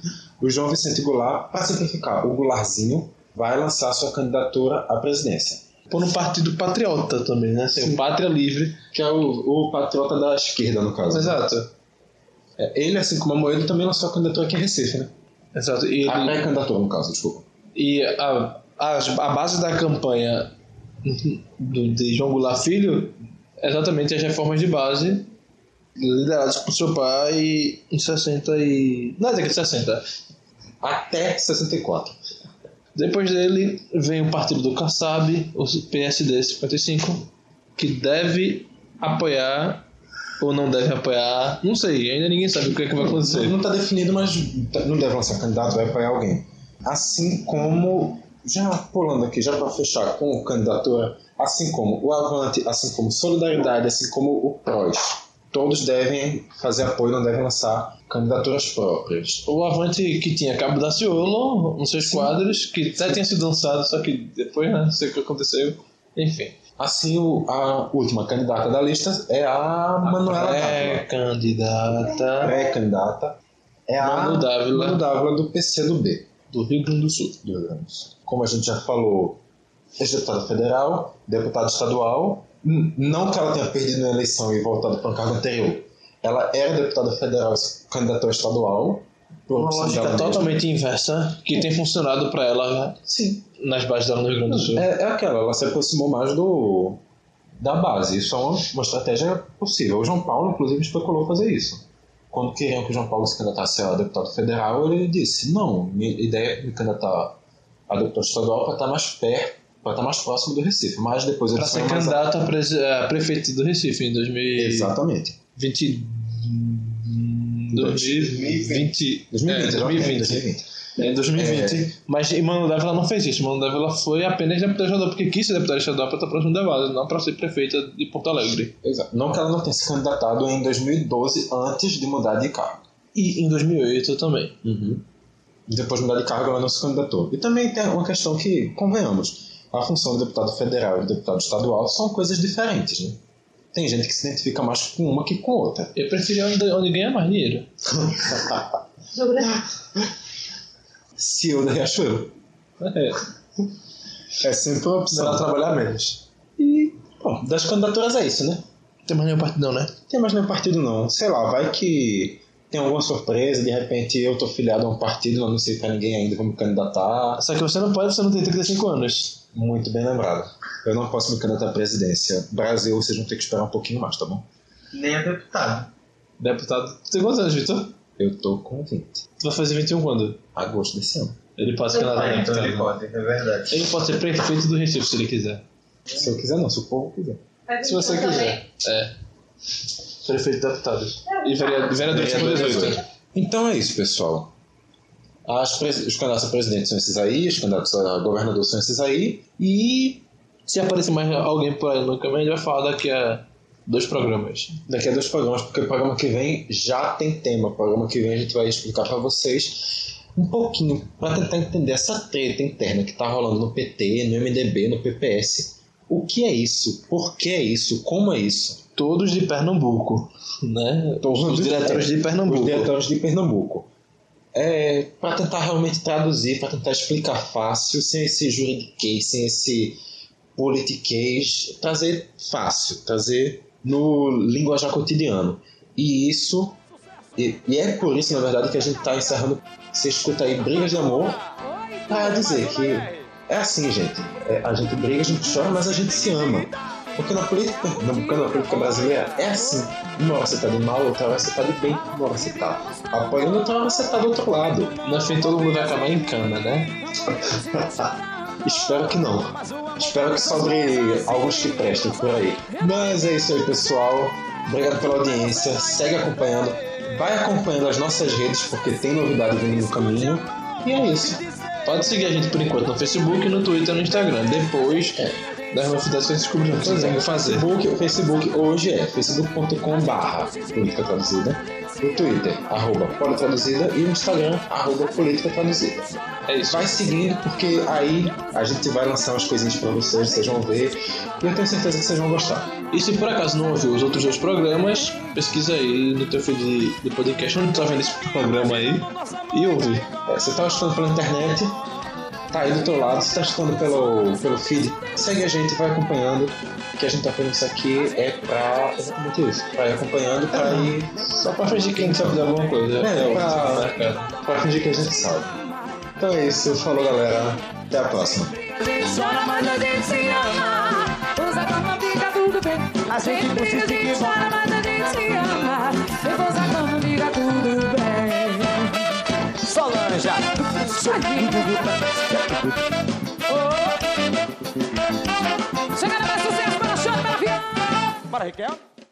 S1: o João Vicente Goulart, para simplificar, o Goulartzinho vai lançar sua candidatura à presidência.
S2: Pô no um Partido Patriota também, né? Tem o Pátria Livre.
S1: Que é o, o patriota da esquerda, no caso. né?
S2: Exato.
S1: É, Ele, assim como a Moedo, também lançou a candidatura aqui em Recife, né?
S2: Exato. E,
S1: A pré-candidatura, no caso, desculpa.
S2: e a, a, a base da campanha do, de João Goulart Filho é exatamente as reformas de base lideradas por seu pai em 60 e... é na década de 60.
S1: Até 64.
S2: Depois dele vem o partido do Kassab, o PSD 55, que deve apoiar ou não deve apoiar, não sei, ainda ninguém sabe o que, é que vai acontecer.
S1: Não está definido, mas tá- não deve lançar candidato, vai apoiar alguém. Assim como, já pulando aqui, já para fechar com candidatura, assim como o Avante, assim como Solidariedade, assim como o PROS, todos devem fazer apoio, não devem lançar candidaturas próprias.
S2: O Avante que tinha Cabo da Ciolo nos seus quadros, que até tinha sido lançado, só que depois, né, não sei o que aconteceu. Enfim.
S1: Assim, o- a última candidata da lista é a Manuela
S2: É.
S1: Dávila.
S2: Pré-candidata
S1: Pré-candidata é a
S2: Manu Dávila.
S1: Manu Dávila do PCdoB.
S2: do Rio Grande do Sul.
S1: do Rio Grande do Sul. Como a gente já falou, ex-deputado federal, deputado estadual, n- não que ela tenha perdido na eleição e voltado para o cargo anterior. Ela era deputada federal, e se candidatou a estadual. por
S2: Uma
S1: opção
S2: lógica
S1: dela mesma.
S2: totalmente inversa que tem funcionado para ela né,
S1: Sim.
S2: nas bases dela no Rio Grande do Sul.
S1: É, é aquela, ela se aproximou mais do da base. Isso é uma, uma estratégia possível. O João Paulo, inclusive, especulou fazer isso. Quando queriam que o João Paulo se candidatasse a deputado federal, ele disse: não, minha ideia é me candidatar a deputado estadual para estar mais perto, para estar mais próximo do Recife. Mas depois ele
S2: Para
S1: foi
S2: ser
S1: mais
S2: candidata a presi- a prefeito do Recife em 2000.
S1: Exatamente.
S2: 20... 2020.
S1: 2020,
S2: É,
S1: exatamente,
S2: 2020. É, 2020. Mas e Mano Dávila não fez isso. Mano Dávila foi apenas deputada estadual, porque quis ser deputada estadual para estar próximo da base, não para ser prefeita de Porto Alegre.
S1: Exato. É, Não que ela não tenha se candidatado em 2012 antes de mudar de cargo.
S2: E em 2008 também.
S1: depois de mudar de cargo, ela não se candidatou. E também tem uma questão que, convenhamos, a função do deputado federal e do deputado estadual são coisas diferentes, né? Tem gente que se identifica mais com uma que com outra.
S2: Eu preferi É onde, onde ganha mais dinheiro.
S5: Geografia.
S1: Se eu da Riachuelo,
S2: É.
S1: é sempre uma opção. Ela trabalhar menos. E, bom, das candidaturas é isso, né?
S2: Tem mais nenhum partidão, né?
S1: Tem mais nenhum partido, não. Sei lá, vai que tem alguma surpresa, de repente eu tô filiado a um partido, não sei pra ninguém ainda, vou me candidatar.
S2: Só que você não pode, você não tem 35 anos.
S1: Muito bem lembrado. Eu não posso me candidatar à presidência. Brasil, vocês vão ter que esperar um pouquinho mais, tá bom?
S3: Nem é deputado.
S2: Deputado. Tem quantos anos, Vitor?
S1: Eu tô com 20.
S2: Tu vai fazer 21 quando?
S1: Agosto desse ano.
S2: Ele pode ser
S3: Ah,
S2: candidato a
S3: então ele
S2: deputado.
S3: pode, é verdade.
S2: Ele pode ser prefeito do Recife se ele quiser.
S1: Se eu quiser, não, se o povo quiser.
S5: Vai
S2: Se você
S5: vir
S2: quiser. É. Prefeito deputado. E vereador, vereador
S1: Vereador
S2: 18.
S1: Então é isso, pessoal. As pres- Os candidatos a presidente são esses aí, os candidatos a governador são esses aí. E
S2: Se aparecer mais alguém por aí no caminho, a gente vai falar daqui a dois programas.
S1: daqui a dois programas, porque o programa que vem já tem tema. O programa que vem a gente vai explicar pra vocês um pouquinho, pra tentar entender essa treta interna que tá rolando no PT, no MDB, no PPS. O que é isso? Por que é isso? Como é isso?
S2: Todos de Pernambuco, né?
S6: Então,
S1: Todos
S2: Os
S1: de-
S2: diretores
S6: É,
S2: de
S1: os
S2: Pernambuco.
S1: diretores de Pernambuco. É, para tentar realmente traduzir, para tentar explicar fácil, sem esse juridiquês, sem esse politiquês, trazer fácil, trazer no linguajar cotidiano. E isso, e, e é por isso, na verdade, que a gente está encerrando. Você escuta aí Brigas de Amor para dizer que é assim, gente. É, a gente briga, a gente chora, mas a gente se ama. Porque na política pernambucana, na política brasileira, é assim. Uma hora você tá de mal, outra hora você tá de bem, uma hora você tá apoiando, outra hora você tá do outro lado.
S2: Na fim, todo mundo vai acabar em cana, né?
S1: Espero que não. Espero que sobre alguns que prestem por aí. Mas é isso aí, pessoal. Obrigado pela audiência. Segue acompanhando. Vai acompanhando as nossas redes, porque tem novidade vindo no caminho. E é isso.
S2: Pode seguir a gente por enquanto no Facebook, no Twitter e no Instagram. Depois das novidades que a gente descobriu, que vocês
S1: É. Pois é,
S2: têm que fazer.
S1: Facebook, o Facebook hoje é facebook.com barra política traduzida no Twitter, arroba Poli Traduzida, e no Instagram, arroba Política Traduzida. É isso. Vai seguindo, porque aí a gente vai lançar umas coisinhas pra vocês, vocês vão ver, e eu tenho certeza que vocês vão gostar.
S6: E se por acaso não ouviu os outros dois programas, pesquisa aí no teu feed de- de podcast onde tu tá vendo esse programa aí e ouve.
S1: É, você tá estudando pela internet, tá aí do teu lado, você tá estudando pelo, pelo feed, segue a gente, vai acompanhando, que a gente tá fazendo isso aqui é pra exatamente isso, pra ir acompanhando, pra ir só pra fingir que a gente sabe de alguma coisa. É, pra, pra fingir que a gente sabe. Então é isso, falou galera, até a próxima.
S7: A gente chora, mas a gente se ama. Usa a cama, fica tudo bem. A gente persiste que chora, mas a gente se ama. Depois a cama, fica tudo bem.
S8: Solange,
S7: Oh. Chega na mais sucesso, para show, para
S8: para Raquel.